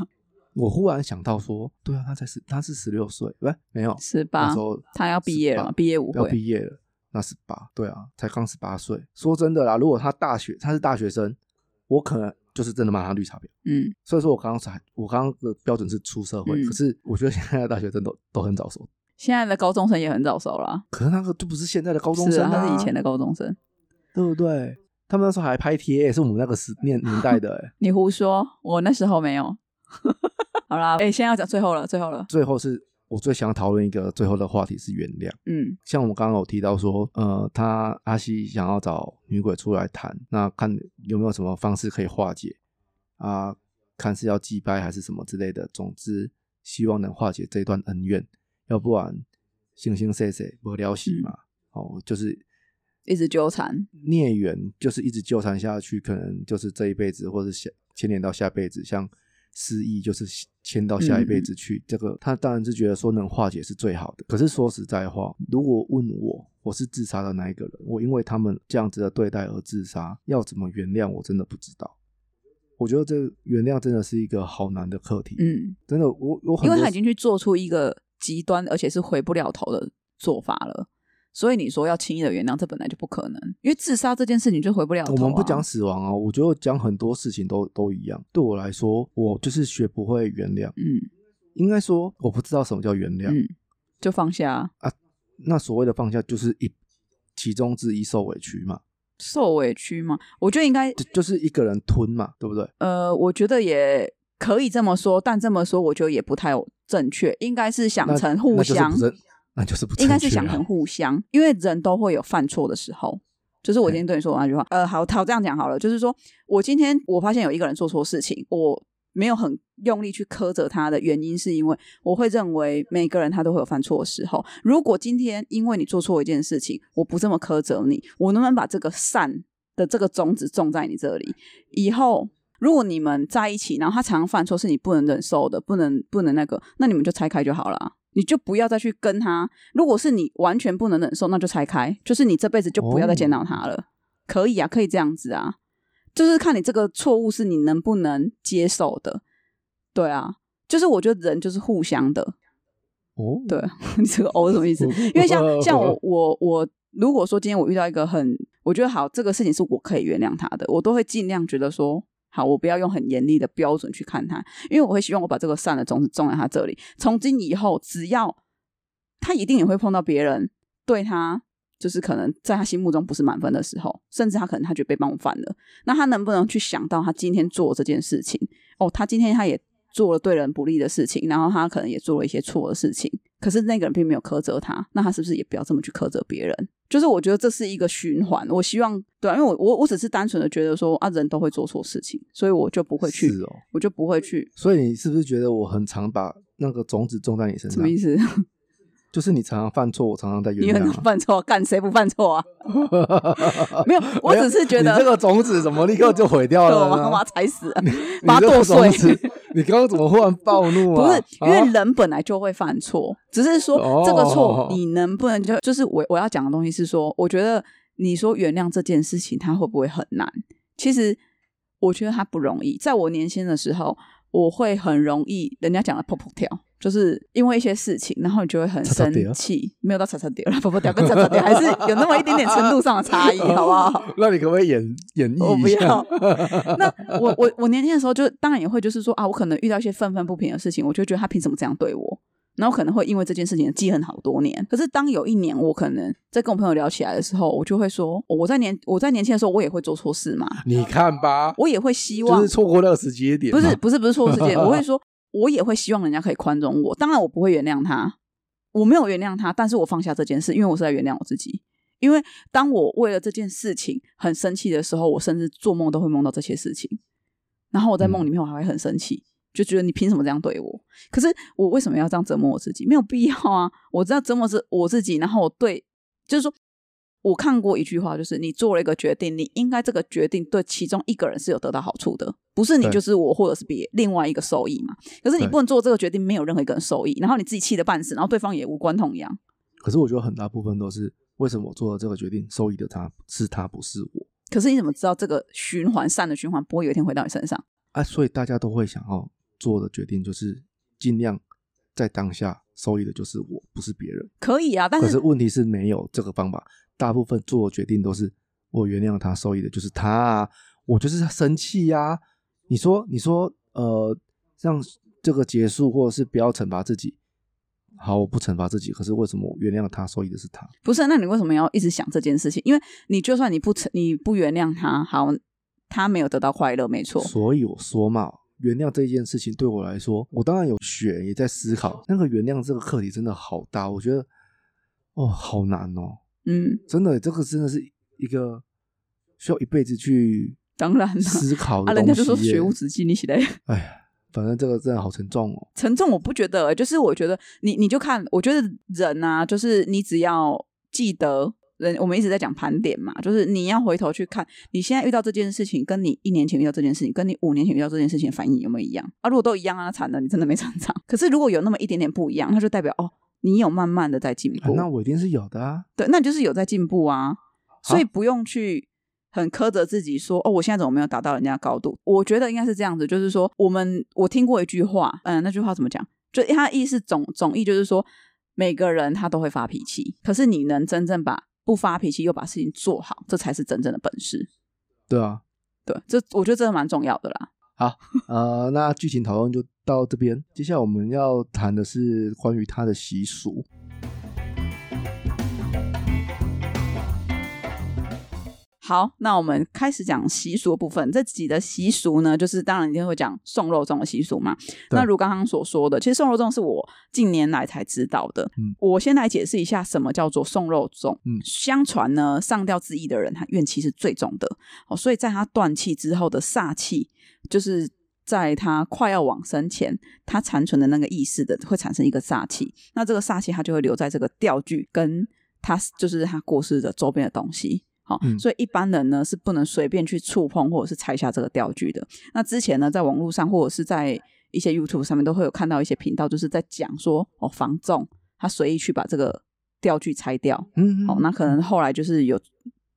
A: 我忽然想到说，对啊，他才十，他是十六岁，不是没有，
B: 十
A: 那
B: 八
A: 时，候
B: 他要毕业了嘛，
A: 18
B: 毕业舞
A: 要
B: 会，
A: 毕业了，那十八，对啊，才刚十八岁。说真的啦，如果他大学他是大学生，我可能就是真的骂他绿茶婊。
B: 嗯，
A: 所以说我刚刚才我刚刚的标准是出社会，
B: 嗯
A: 可是我觉得现在的大学生都都很早熟，
B: 现在的高中生也很早熟啦，
A: 可是那个就不是现在的高中
B: 是
A: 生、
B: 啊，
A: 啊，
B: 他是以前的高中生，
A: 对不对？他们那时候还拍贴、是我们那个时年年代
B: *laughs*
A: 的、欸。
B: 你胡说，我那时候没有， *laughs* 好啦，哎，现在要讲最后了，最后了，
A: 最后是我最想讨论一个最后的话题是原谅。
B: 嗯
A: 像我们刚刚有提到说，呃，他阿西想要找女鬼出来谈，那看有没有什么方式可以化解啊？看是要祭拜还是什么之类的，总之希望能化解这段恩怨，要不然形形色色不了喜嘛。哦，就是
B: 一直纠缠，
A: 孽缘，就是一直纠缠下去，可能就是这一辈子，或是下牵连到下辈子，像失忆就是牵到下一
B: 嗯
A: 辈子去。这个他当然是觉得说能化解是最好的。可是说实在话，如果问我，我是自杀的那一个人，我因为他们这样子的对待而自杀，要怎么原谅，我真的不知道。我觉得这原谅真的是一个好难的课题，
B: 嗯，
A: 真的，我有很
B: 因
A: 多
B: 为他已经去做出一个极端而且是回不了头的做法了。所以你说要轻易的原谅，这本来就不可能，因为自杀这件事情就回不了头、
A: 我们不讲，死亡啊，我觉得讲很多事情都都一样。对我来说，我就是学不会原谅。
B: 嗯
A: 应该说，我不知道什么叫原谅。
B: 嗯，就放下，啊
A: 那所谓的放下，就是一其中之一受委屈嘛，
B: 受委屈嘛，我觉得应该
A: 就就是一个人吞嘛，对不对？
B: 呃，我觉得也可以这么说，但这么说我觉得也不太正确，应该是想
A: 那
B: 成互相
A: 那就是不，正，那就是不正
B: 应该是
A: 确啊
B: 想成互相，因为人都会有犯错的时候。就是我今天对你说的那句话，呃，好，好这样讲好了，就是说我今天我发现有一个人做错事情，我没有很用力去苛责他的原因，是因为我会认为每个人他都会有犯错的时候。如果今天因为你做错一件事情，我不这么苛责你，我能不能把这个善的这个种子种在你这里？以后如果你们在一起，然后他常常犯错是你不能忍受的，不能不能那个，那你们就拆开就好了啊。你就不要再去跟他。如果是你完全不能忍受，那就拆开，就是你这辈子就不要再见到他了。可以啊，可以这样子啊，就是看你这个错误是你能不能接受的。对啊，就是我觉得人就是互相的， *laughs*
A: 哦，
B: 对，你这个“哦”是什么意思？因为像
A: *laughs*
B: 像我我我，如果说今天我遇到一个很，我觉得好这个事情是我可以原谅他的，我都会尽量觉得说，好，我不要用很严厉的标准去看他，因为我会希望我把这个善的种子种在他这里，从今以后，只要他一定也会碰到别人对他。就是可能在他心目中不是满分的时候，甚至他可能他觉得被冒犯了，那他能不能去想到他今天做这件事情？哦，他今天他也做了对人不利的事情，然后他可能也做了一些错的事情，可是那个人并没有苛责他，那他是不是也不要这么去苛责别人？就是我觉得这是一个循环，我希望对、啊，因为我我我只是单纯的觉得说啊，人都会做错事情，所以我就不会去，
A: 是哦，
B: 我就不会去
A: 所以你是不是觉得我很常把那个种子种在你身
B: 什
A: 上
B: 么？意思？
A: 就是你常常犯错，我常常在
B: 你
A: 原
B: 很
A: 谅、
B: 犯错，干谁不犯错啊？
A: 啊。
B: 没有， *laughs* 我只是觉
A: 你这呃
B: 得
A: 个种子怎么立刻就毁掉
B: *laughs* 对
A: 了
B: 我
A: 呢？
B: 把它踩死了，
A: 你
B: 把它
A: 这
B: 剁
A: 个种
B: 碎
A: 子，你刚刚怎么忽然暴怒
B: *laughs* 不
A: 啊？
B: 是，因为
A: 啊
B: 人本来就会犯错，只是说
A: 哦
B: 这个错你能不能就就是我我要讲的东西是说，我觉得你说原谅这件事情，它会不会很难？其实我觉得它不容易。在我年轻的时候，我会很容易，人家讲的“噗噗跳”，就是因为一些事情，然后你就会很
A: 擦擦
B: 生
A: 掉
B: 气，没有到擦擦掉了，噗噗跳跟擦擦掉还是有那么一点点程度上的
A: *laughs*
B: 差异，好不好？
A: 那你可不可以演演
B: *laughs* 我
A: 绎
B: 不
A: 一下？
B: 要那我我我年轻的时候就当然也会就是说啊，我可能遇到一些愤愤不平的事情，我就觉得他凭什么这样对我？然后可能会因为这件事情记恨好多年。可是当有一年我可能在跟我朋友聊起来的时候，我就会说，哦我在年我在年轻的时候我也会做错事嘛，
A: 你看吧，
B: 我也会希
A: 就
B: 望
A: 是错过那个时间点
B: 不
A: 嘛，
B: 是不是不是错误事
A: *laughs*
B: 件，我会说，我也会希望人家可以宽容我。当然，我不会原谅他，我没有原谅他，但是我放下这件事，因为我是在原谅我自己。因为当我为了这件事情很生气的时候，我甚至做梦都会梦到这些事情，然后我在
A: 嗯
B: 梦里面我还会很生气，就觉得你凭什么这样对我？可是我为什么要这样折磨我自己？没有必要啊！我知道折磨是我自己，然后我对，就是说。我看过一句话，就是你做了一个决定，你应该这个决定对其中一个人是有得到好处的，不是你
A: 对
B: 就是我或者是别另外一个受益嘛。可是你
A: 对
B: 不能做这个决定，没有任何一个人受益，然后你自己气得半死，然后对方也无关痛痒。
A: 可是我觉得很大部分都是为什么我做了这个决定，受益的他是他不是我
B: 可是你怎么知道这个循环善的循环不会有一天回到你身上？
A: 啊，所以大家都会想要做的决定就是尽量在当下受益的就是我，不是别人。
B: 可以啊，但
A: 可
B: 是
A: 是问题是没有这个方法，大部分做的决定都是我原谅他，受益的就是他啊，我就是生气呀、你说，你说，呃，让这个结束，或者是不要惩罚自己。好，我不惩罚自己，可是为什么我原谅他，受益的是他？
B: 不是，那你为什么要一直想这件事情？因为你就算你不成你不原谅他，好，他没有得到快乐，没错。
A: 所以我说嘛，原谅这件事情对我来说，我当然有学，也在思考那个原谅这个课题真的好大，我觉得哦，好难哦，
B: 嗯，
A: 真的，这个真的是一个需要一辈子去
B: 当然啦
A: 思考
B: 啊，
A: 的
B: 人
A: 东西耶、
B: 家就说学无止境，你起来。
A: 哎呀，反正这个真的好沉重哦。
B: 沉重我不觉得、欸就是我觉得你你就看，我觉得人啊，就是你只要记得人，我们一直在讲盘点嘛，就是你要回头去看，你现在遇到这件事情，跟你一年前遇到这件事情，跟你五年前遇到这件事情的反应有没有一样啊？如果都一样啊，惨了，你真的没成长。可是如果有那么一点点不一样，那就代表哦，你有慢慢的在进
A: 啊
B: 步，
A: 那我一定是有的啊。
B: 对，那你就是有在进步啊，所以不用去。很苛责自己说哦，我现在怎么没有达到人家的高度？我觉得应该是这样子，就是说，我们我听过一句话，嗯、那句话怎么讲？就它的意思总总意就是说，每个人他都会发脾气，可是你能真正把不发脾气又把事情做好，这才是真正的本事。
A: 对
B: *laughs*
A: 啊，
B: 对，这我觉得真的蛮重要的啦。
A: 呃，那剧情讨论就到这边。接下来我们要谈的是关于他的习俗。
B: 好，那我们开始讲习俗的部分。这集的习俗呢，就是当然一定会讲送肉粽的习俗嘛。
A: 对
B: 那如刚刚所说的，其实送肉粽是我近年来才知道的。
A: 嗯
B: 我先来解释一下什么叫做送肉粽。
A: 嗯
B: 相传呢，上吊自缢的人他怨气是最重的哦，所以在他断气之后的煞气，就是在他快要往生前，他残存的那个意识的会产生一个煞气，那这个煞气它就会留在这个吊具跟他就是他过世的周边的东西。好、
A: 嗯
B: 所以一般人呢是不能随便去触碰或者是拆下这个吊具的。那之前呢，在网络上或者是在一些 YouTube 上面都会有看到一些频道，就是在讲说哦防重，他随意去把这个吊具拆掉，
A: 嗯，
B: 哦，那可能后来就是有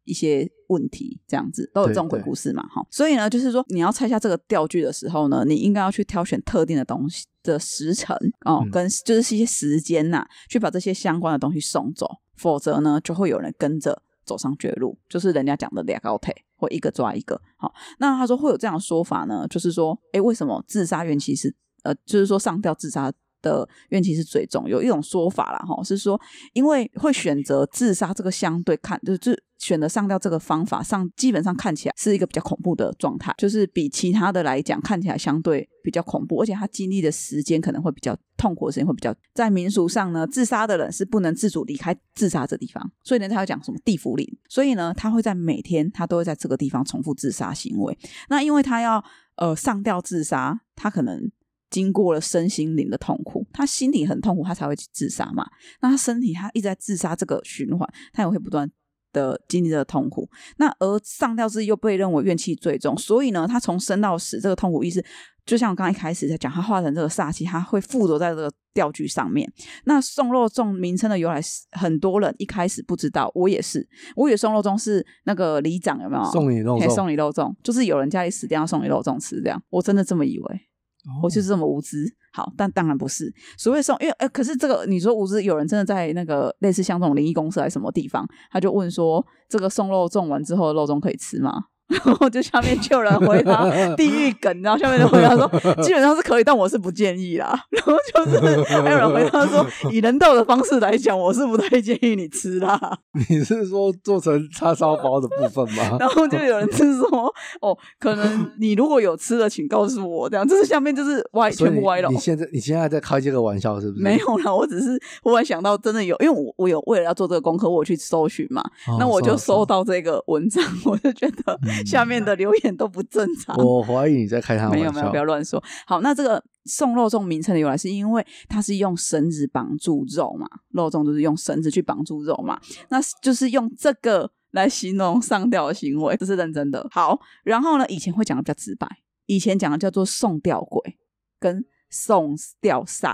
B: 一些问题，这样子都有这种
A: 对
B: 鬼
A: 对
B: 故事嘛，哈。所以呢，就是说你要拆下这个钓具的时候呢，你应该要去挑选特定的东西的时辰哦，
A: 嗯
B: 跟就是一些时间呐、去把这些相关的东西送走，否则呢，就会有人跟着走上绝路，就是人家讲的俩高腿。或一个抓一个，哦好，那他说会有这样的说法呢，就是说，诶，为什么自杀怨气是呃，就是说上吊自杀的怨气是最重。有一种说法啦，哈，是说因为会选择自杀这个相对看，就是选择上吊这个方法上，基本上看起来是一个比较恐怖的状态，就是比其他的来讲看起来相对比较恐怖，而且他经历的时间可能会比较痛苦的时间会比较。在民俗上呢，自杀的人是不能自主离开自杀这地方，所以呢，他要讲什么地府灵，所以呢，他会在每天他都会在这个地方重复自杀行为。那因为他要呃上吊自杀，他可能经过了身心灵的痛苦，他心里很痛苦，他才会去自杀嘛。那他身体他一直在自杀这个循环，他也会不断。的经历这个痛苦，那而上吊自缢又被认为怨气最重，所以呢，他从生到死这个痛苦意识就像我刚刚一开始在讲，它化成这个煞气，它会附着在这个钓具上面。那送肉粽名称的由来，很多人一开始不知道，我也是，我以为送肉粽是那个里长有没有
A: 送你肉
B: 嘿
A: 粽，
B: 送你肉粽，就是有人家里死掉要送你肉粽吃，这样我真的这么以为。
A: 哦
B: 我就是这么无知。好，但当然不是。所谓送，因为呃，可是这个你说无知，有人真的在那个类似像这种灵异公司还是什么地方，他就问说，这个送肉粽完之后，肉粽可以吃吗？ *laughs* 然后就下面就有人回
A: *laughs*
B: 答地狱梗，然后下面就回答说，基本上是可以，但我是不建议啦。 *laughs* 然后就是还有人回答说，以人道的方式来讲，我是不太建议你吃啦。
A: *laughs* 你是说做成叉烧包的部分
B: *laughs*
A: 吗？
B: 然后就有人是说，哦，可
A: *laughs*
B: 能你如果有吃的，请告诉我这样。这是下面就是歪，
A: 所以
B: 全
A: 你
B: 部歪了。哦
A: 你现在你现在在开这个玩笑是不是？
B: 没有啦，我只是忽然想到，真的有，因为我我有为了要做这个功课，我有去搜寻嘛，
A: 哦，
B: 那我就
A: 收
B: 搜
A: 到。
B: 到这个文章， *laughs* 我就觉得
A: 嗯
B: 下面的留言都不正常。
A: 我怀疑你在开他的玩
B: 没
A: 笑。
B: 有没有，不要乱说。好，那这个送肉粽名称的由来，是因为它是用绳子绑住肉嘛，肉粽就是用绳子去绑住肉嘛，那就是用这个来形容上吊的行为，这是认真的。好，然后呢，以前会讲的比较直白，以前讲的叫做送吊鬼跟送吊煞。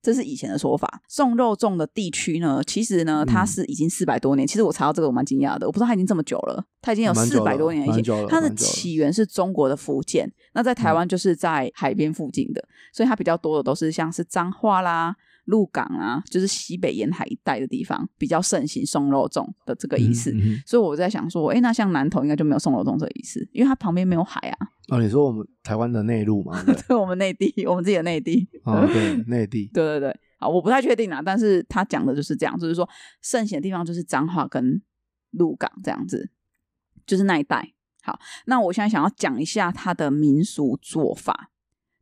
B: 这是以前的说法。送肉粽的地区呢，其实呢，它
A: 嗯
B: 是已经四百多年。其实我查到这个，我蛮惊讶的，我不知道它已经这么久了，它已经有
A: 蛮
B: 四
A: 久
B: 百
A: 了
B: 多年以
A: 蛮
B: 前
A: 久了
B: 它的
A: 蛮久了嗯
B: 起源是中国的福建，那在台湾就是在海边附近的，所以它比较多的都是像是彰化啦、鹿港啊，就是西北沿海一带的地方比较盛行送肉粽的这个仪式。
A: 嗯嗯
B: 所以我在想说，哎、那像南投应该就没有送肉粽这个仪式，因为它旁边没有海啊， *laughs*
A: 哦，你说我们台湾的内陆嘛？对
B: 对我们内地，我们自己的内地。
A: 哦，对，内
B: *laughs*
A: 地。
B: 对对对，好，我不太确定啊，但是他讲的就是这样，就是说盛行的地方就是彰化跟鹿港这样子，就是那一带。好，那我现在想要讲一下他的民俗做法，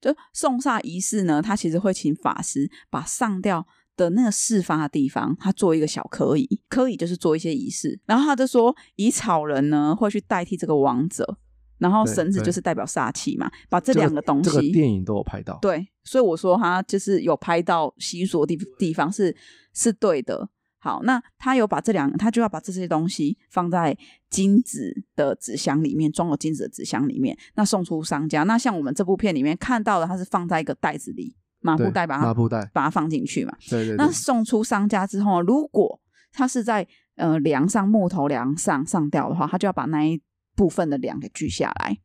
B: 就送煞仪式呢，他其实会请法师把上吊。的那个事发的地方，他做一个小科仪，科仪就是做一些仪式，然后他就说，以草人呢会去代替这个王者，然后
A: 对
B: 绳子
A: 对
B: 就是代表煞气嘛，把这
A: 个
B: 两个东西，
A: 这个电影都有拍到。
B: 对，所以我说他就是有拍到习俗的地地方是是对的。好，那他有把这两，他就要把这些东西放在金子的纸箱里面，装了金子的纸箱里面，那送出商家。那像我们这部片里面看到的，它是放在一个袋子里，麻布
A: 对
B: 袋把它
A: 麻布袋
B: 把它放进去嘛。
A: 对对对
B: 那，送出商家之后，如果他是在呃梁上木头梁上上吊的话，他就要把那一部分的梁给锯下来。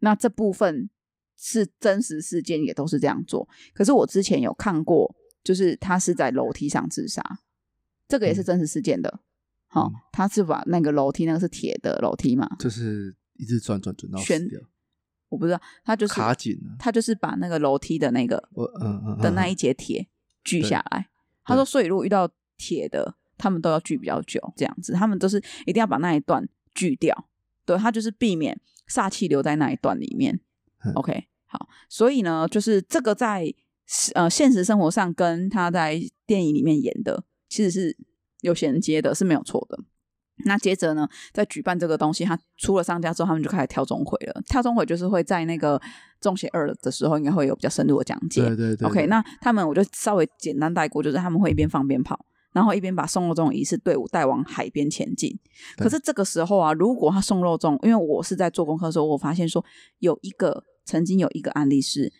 B: 那这部分是真实事件，也都是这样做。可是我之前有看过，就是他是在楼梯上自杀，这个也是真实事件的。好、
A: 嗯
B: 他是把那个楼梯，那个是铁的楼梯嘛？
A: 就是一直转转转到
B: 旋
A: 死掉，
B: 我不知道，他就是
A: 卡紧了。
B: 他就是把那个楼梯的那个
A: 我嗯嗯
B: 的那
A: 一
B: 一节铁锯下来。他说，所以如果遇到铁的，他们都要锯比较久，这样子，他们都是一定要把那一段锯掉。对，他就是避免煞气留在那一段里面
A: 嗯。
B: OK，好，所以呢，就是这个在呃现实生活上跟他在电影里面演的其实是有衔接的，是没有错的。那接着呢，在举办这个东西，他出了商家之后，他们就开始跳钟会了。跳钟会就是会在那个《中邪二》的时候，应该会有比较深入的讲解。
A: 对对对
B: OK，那他们我就稍微简单带过，就是他们会一边放鞭炮，然后一边把送肉粽仪式队伍带往海边前进。
A: 对
B: 可是这个时候啊，如果他送肉粽，因为我是在做功课的时候，我发现说有一个曾经有一个案例是，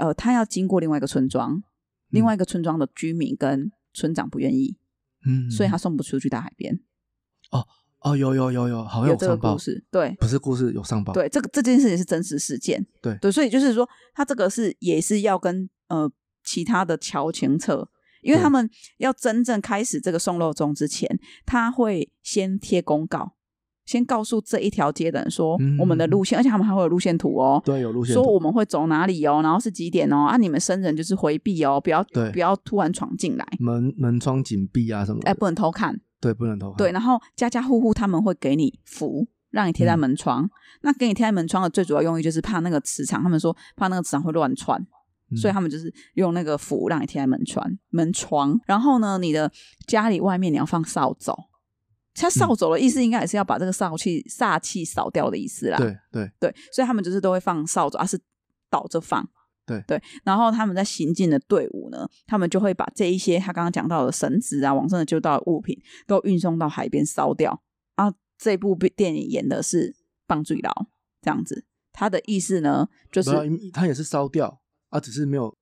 B: 呃，他要经过另外一个村庄，
A: 嗯
B: 另外一个村庄的居民跟村长不愿意，
A: 嗯，
B: 所以他送不出去大海边。
A: 哦有有有有，好像
B: 有
A: 有
B: 这个
A: 上报
B: 故，事，对。
A: 不是故事有上报。
B: 对，这个这件事情是真实事件。
A: 哦对
B: 对，所以就是说，他这个是也是要跟呃其他的桥前策，因为
A: 对
B: 他们要真正开始这个送肉粽之前，他会先贴公告，先告诉这一条街的人说
A: 嗯
B: 我们的路线，而且他们还会有路线图哦。
A: 对有路线
B: 说
A: 图
B: 我们会走哪里哦，然后是几点哦？啊，你们生人就是回避哦，不要
A: 对
B: 不要突然闯进来，
A: 门门窗紧闭啊什么的，
B: 哎，不能偷看。
A: 对，不能偷看。
B: 对，然后家家户户他们会给你符，让你贴
A: 嗯
B: 在门窗。那给你贴在门窗的最主要用意就是怕那个磁场，他们说怕那个磁场会乱窜，
A: 嗯，
B: 所以他们就是用那个符让你贴在门窗门窗。然后呢，你的家里外面你要放扫帚。它
A: 嗯
B: 扫帚的意思应该也是要把这个煞气煞气扫掉的意思啦。
A: 对对
B: 对，所以他们就是都会放扫帚，而、啊是倒着放。
A: 对
B: 对，然后他们在行进的队伍呢，他们就会把这一些他刚刚讲到的绳子啊、往上的救到的物品，都运送到海边烧掉。啊，这部电影演的是棒坠牢这样子，他的意思呢，就是
A: 没有因为它也是烧掉啊，只是没有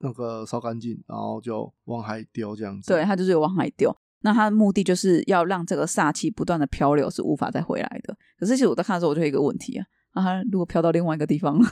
A: 那个烧干净，然后就往海丢这样子。
B: 对，，它就是有往海丢。那它的目的就是要让这个煞气不断的漂流，是无法再回来的。可是其实我在看的时候，我就有一个问题啊，啊，它如果飘到另外一个地方了，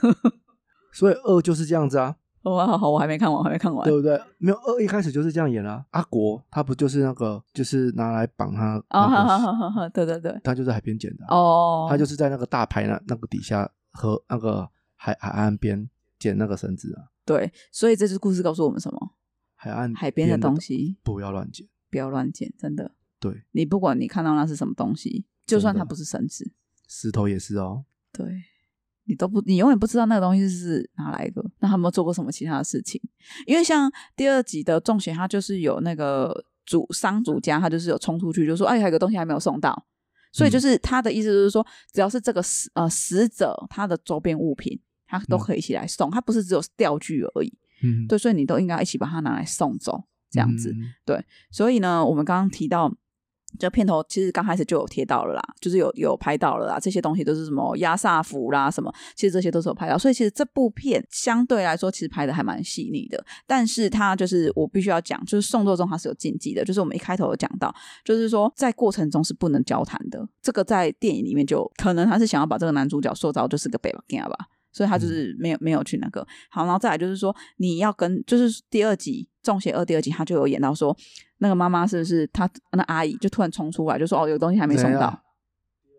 B: *laughs*
A: 所以恶就是这样子啊，
B: 哇，好好，我还没看完，我还没看完
A: 对。不对？没有恶一开始就是这样演啊。阿国他不就是那个就是拿来绑他
B: 哦，
A: 那
B: 好
A: 个
B: 好好好好， *laughs* 对对对，
A: 他就是海边捡的啊、
B: 哦，
A: 他就是在那个大排那那个底下和那个海海岸边捡那个绳子啊，
B: 对，所以这就是故事告诉我们什么？
A: 海岸
B: 海边的东西
A: 不要乱捡。
B: 不要乱捡，真的。
A: 对，
B: 你不管你看到那是什么东西，就
A: 真
B: 算它
A: 的
B: 不是绳子，
A: 石头也是哦，
B: 对你都不，你永远不知道那个东西是哪来的。那他们做过什么其他的事情？因为像第二集的中邪，他就是有那个主商主家，他就是有冲出去，就说：“哎，还有个东西还没有送到。”
A: 嗯
B: 所以就是他的意思就是说，只要是这个死呃死者他的周边物品，他都
A: 嗯
B: 可以一起来送，他不是只有钓具而已。
A: 嗯，
B: 对，所以你都应该一起把它拿来送走，这样子。
A: 嗯
B: 所以呢，我们刚刚提到这片头，其实刚开始就有贴到了啦，就是有有拍到了啦，这些东西都是什么压煞符啦，什么，其实这些都是有拍到。所以其实这部片相对来说，其实拍的还蛮细腻的。但是它就是我必须要讲，就是送作中它是有禁忌的，就是我们一开头有讲到，就是说在过程中是不能交谈的。这个在电影里面就可能他是想要把这个男主角塑造就是个北巴 g 吧。所以他就是没有没有去那个好，然后再来就是说，你要跟就是第二集《中邪二》第二集，他就有演到说，那个妈妈是不是她那阿姨就突然冲出来，就说哦，有东西还没送
A: 怎
B: 到
A: 样。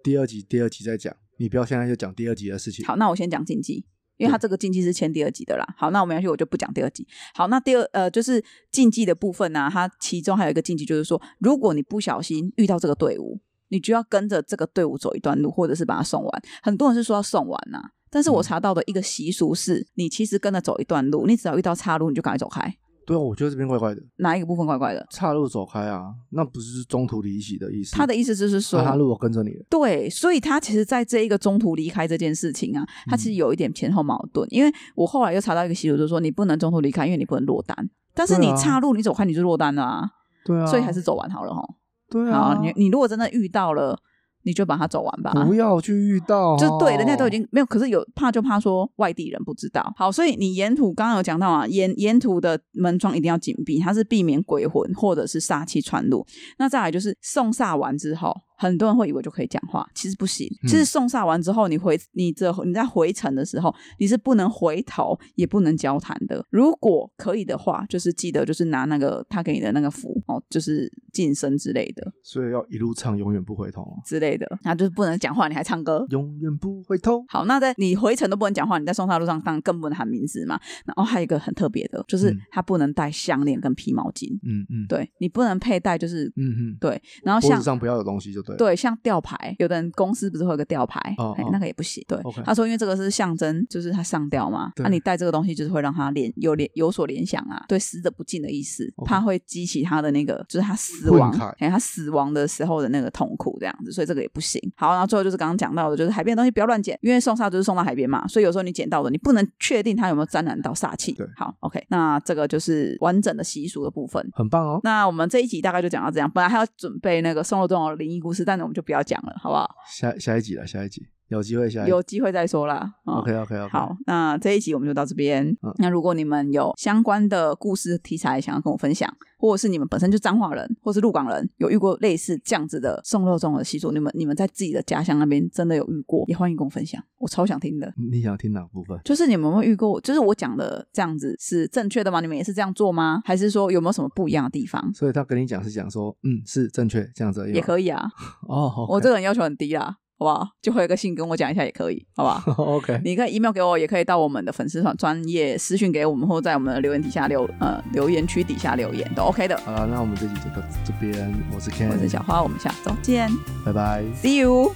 A: 第二集，第二集再讲，你不要现在就讲第二集的事情。
B: 好，那我先讲禁忌，因为他这个禁忌是签第二集的啦。好，那我没关系，我就不讲第二集。好，那第二呃就是禁忌的部分呢、啊它其中还有一个禁忌就是说，如果你不小心遇到这个队伍，你就要跟着这个队伍走一段路，或者是把它送完。很多人是说要送完呐、但是我
A: 嗯
B: 查到的一个习俗是，你其实跟着走一段路，你只要遇到岔路，你就赶快走开。
A: 对啊，我觉得这边怪怪的，
B: 哪一个部分怪怪的？
A: 岔路走开啊，那不是中途离席的意思。
B: 他的意思就是说，
A: 那他如果跟着你了，
B: 对，所以他其实在这一个中途离开这件事情啊，他
A: 嗯
B: 其实有一点前后矛盾。因为我后来又查到一个习俗，就是说你不能中途离开，因为你不能落单。但是你
A: 对啊
B: 岔路，你走开你就落单了啊，
A: 对啊，
B: 所以还是走完好了哈。
A: 对啊，
B: 好，你你如果真的遇到了，你就把它走完吧。
A: 不要去遇到哦，
B: 啊就对，人家都已经没有，可是有怕就怕说外地人不知道。好，所以你沿途刚刚有讲到啊，沿沿途的门窗一定要紧闭，它是避免鬼魂或者是煞气传入。那再来就是送煞完之后，很多人会以为就可以讲话，其实不行。
A: 嗯
B: 其实送煞完之后，你回你这你在回程的时候，你是不能回头，也不能交谈的。如果可以的话，就是记得就是拿那个他给你的那个符哦，就是晋升之类的
A: 所以要一路唱，永远不回头啊，
B: 之类的，然后就是不能讲话，你还唱歌，
A: 永远不回头。
B: 好，那在你回程都不能讲话，你在送他的路上当然更不能喊名字嘛。然后还有一个很特别的，就是
A: 嗯
B: 他不能带项链跟皮毛巾，
A: 嗯嗯，
B: 对你不能佩戴，就是
A: 嗯嗯，
B: 对。然后
A: 脖
B: 像
A: 子上不要有东西就对了。
B: 对像吊牌，有的人公司不是会有个吊牌，
A: 哦
B: 哎
A: 哦
B: 那个也不行。对
A: OK
B: 他说因为这个是象征，就是他上吊嘛，啊
A: 对
B: 那、你带这个东西就是会让他联有联有所联想啊，对死者不敬的意思，
A: OK
B: 怕会激起他的那个就是他死
A: 愤
B: 亡
A: 慨，
B: 哎，他死亡的时候的那个痛苦这样子，所以这个也不行。好，然后最后就是刚刚讲到的，就是海边的东西不要乱捡，因为送煞就是送到海边嘛，所以有时候你捡到的，你不能确定它有没有沾染到煞气。
A: 对
B: 好，OK，那这个就是完整的习俗的部分。
A: 很棒哦，
B: 那我们这一集大概就讲到这样，本来还要准备那个送肉粽的灵异故事，但是我们就不要讲了，好不好？
A: 下下一集了，下一集有机会下一集。
B: 有机会再说啦。嗯
A: 哎 OK OK OK，，
B: 好，那这一集我们就到这边。
A: 嗯
B: 那如果你们有相关的故事题材想要跟我分享，或者是你们本身就彰化人或是鹿港人，有遇过类似这样子的送肉粽的习俗，你们你们在自己的家乡那边真的有遇过，也欢迎跟我分享，我超想听的。
A: 你想听哪部分？
B: 就是你们有没有遇过？就是我讲的这样子是正确的吗？你们也是这样做吗？还是说有没有什么不一样的地方？
A: 所以他跟你讲是讲说，嗯，是正确这样子而已吗，
B: 也可以啊，
A: 哦。OK
B: 我这个人要求很低啦，好不好？就回个信跟我讲一下也可以，好不好？
A: *laughs*
B: *laughs*
A: OK，
B: 你可以 email 给我，也可以到我们的粉丝团专业私讯给我们，或者在我们的留言底下留呃留言区底下留言都 OK 的。
A: 好了，那我们这集就到这边，我是 Ken，
B: 我是小花，我们下周见
A: 拜拜。
B: ，See you。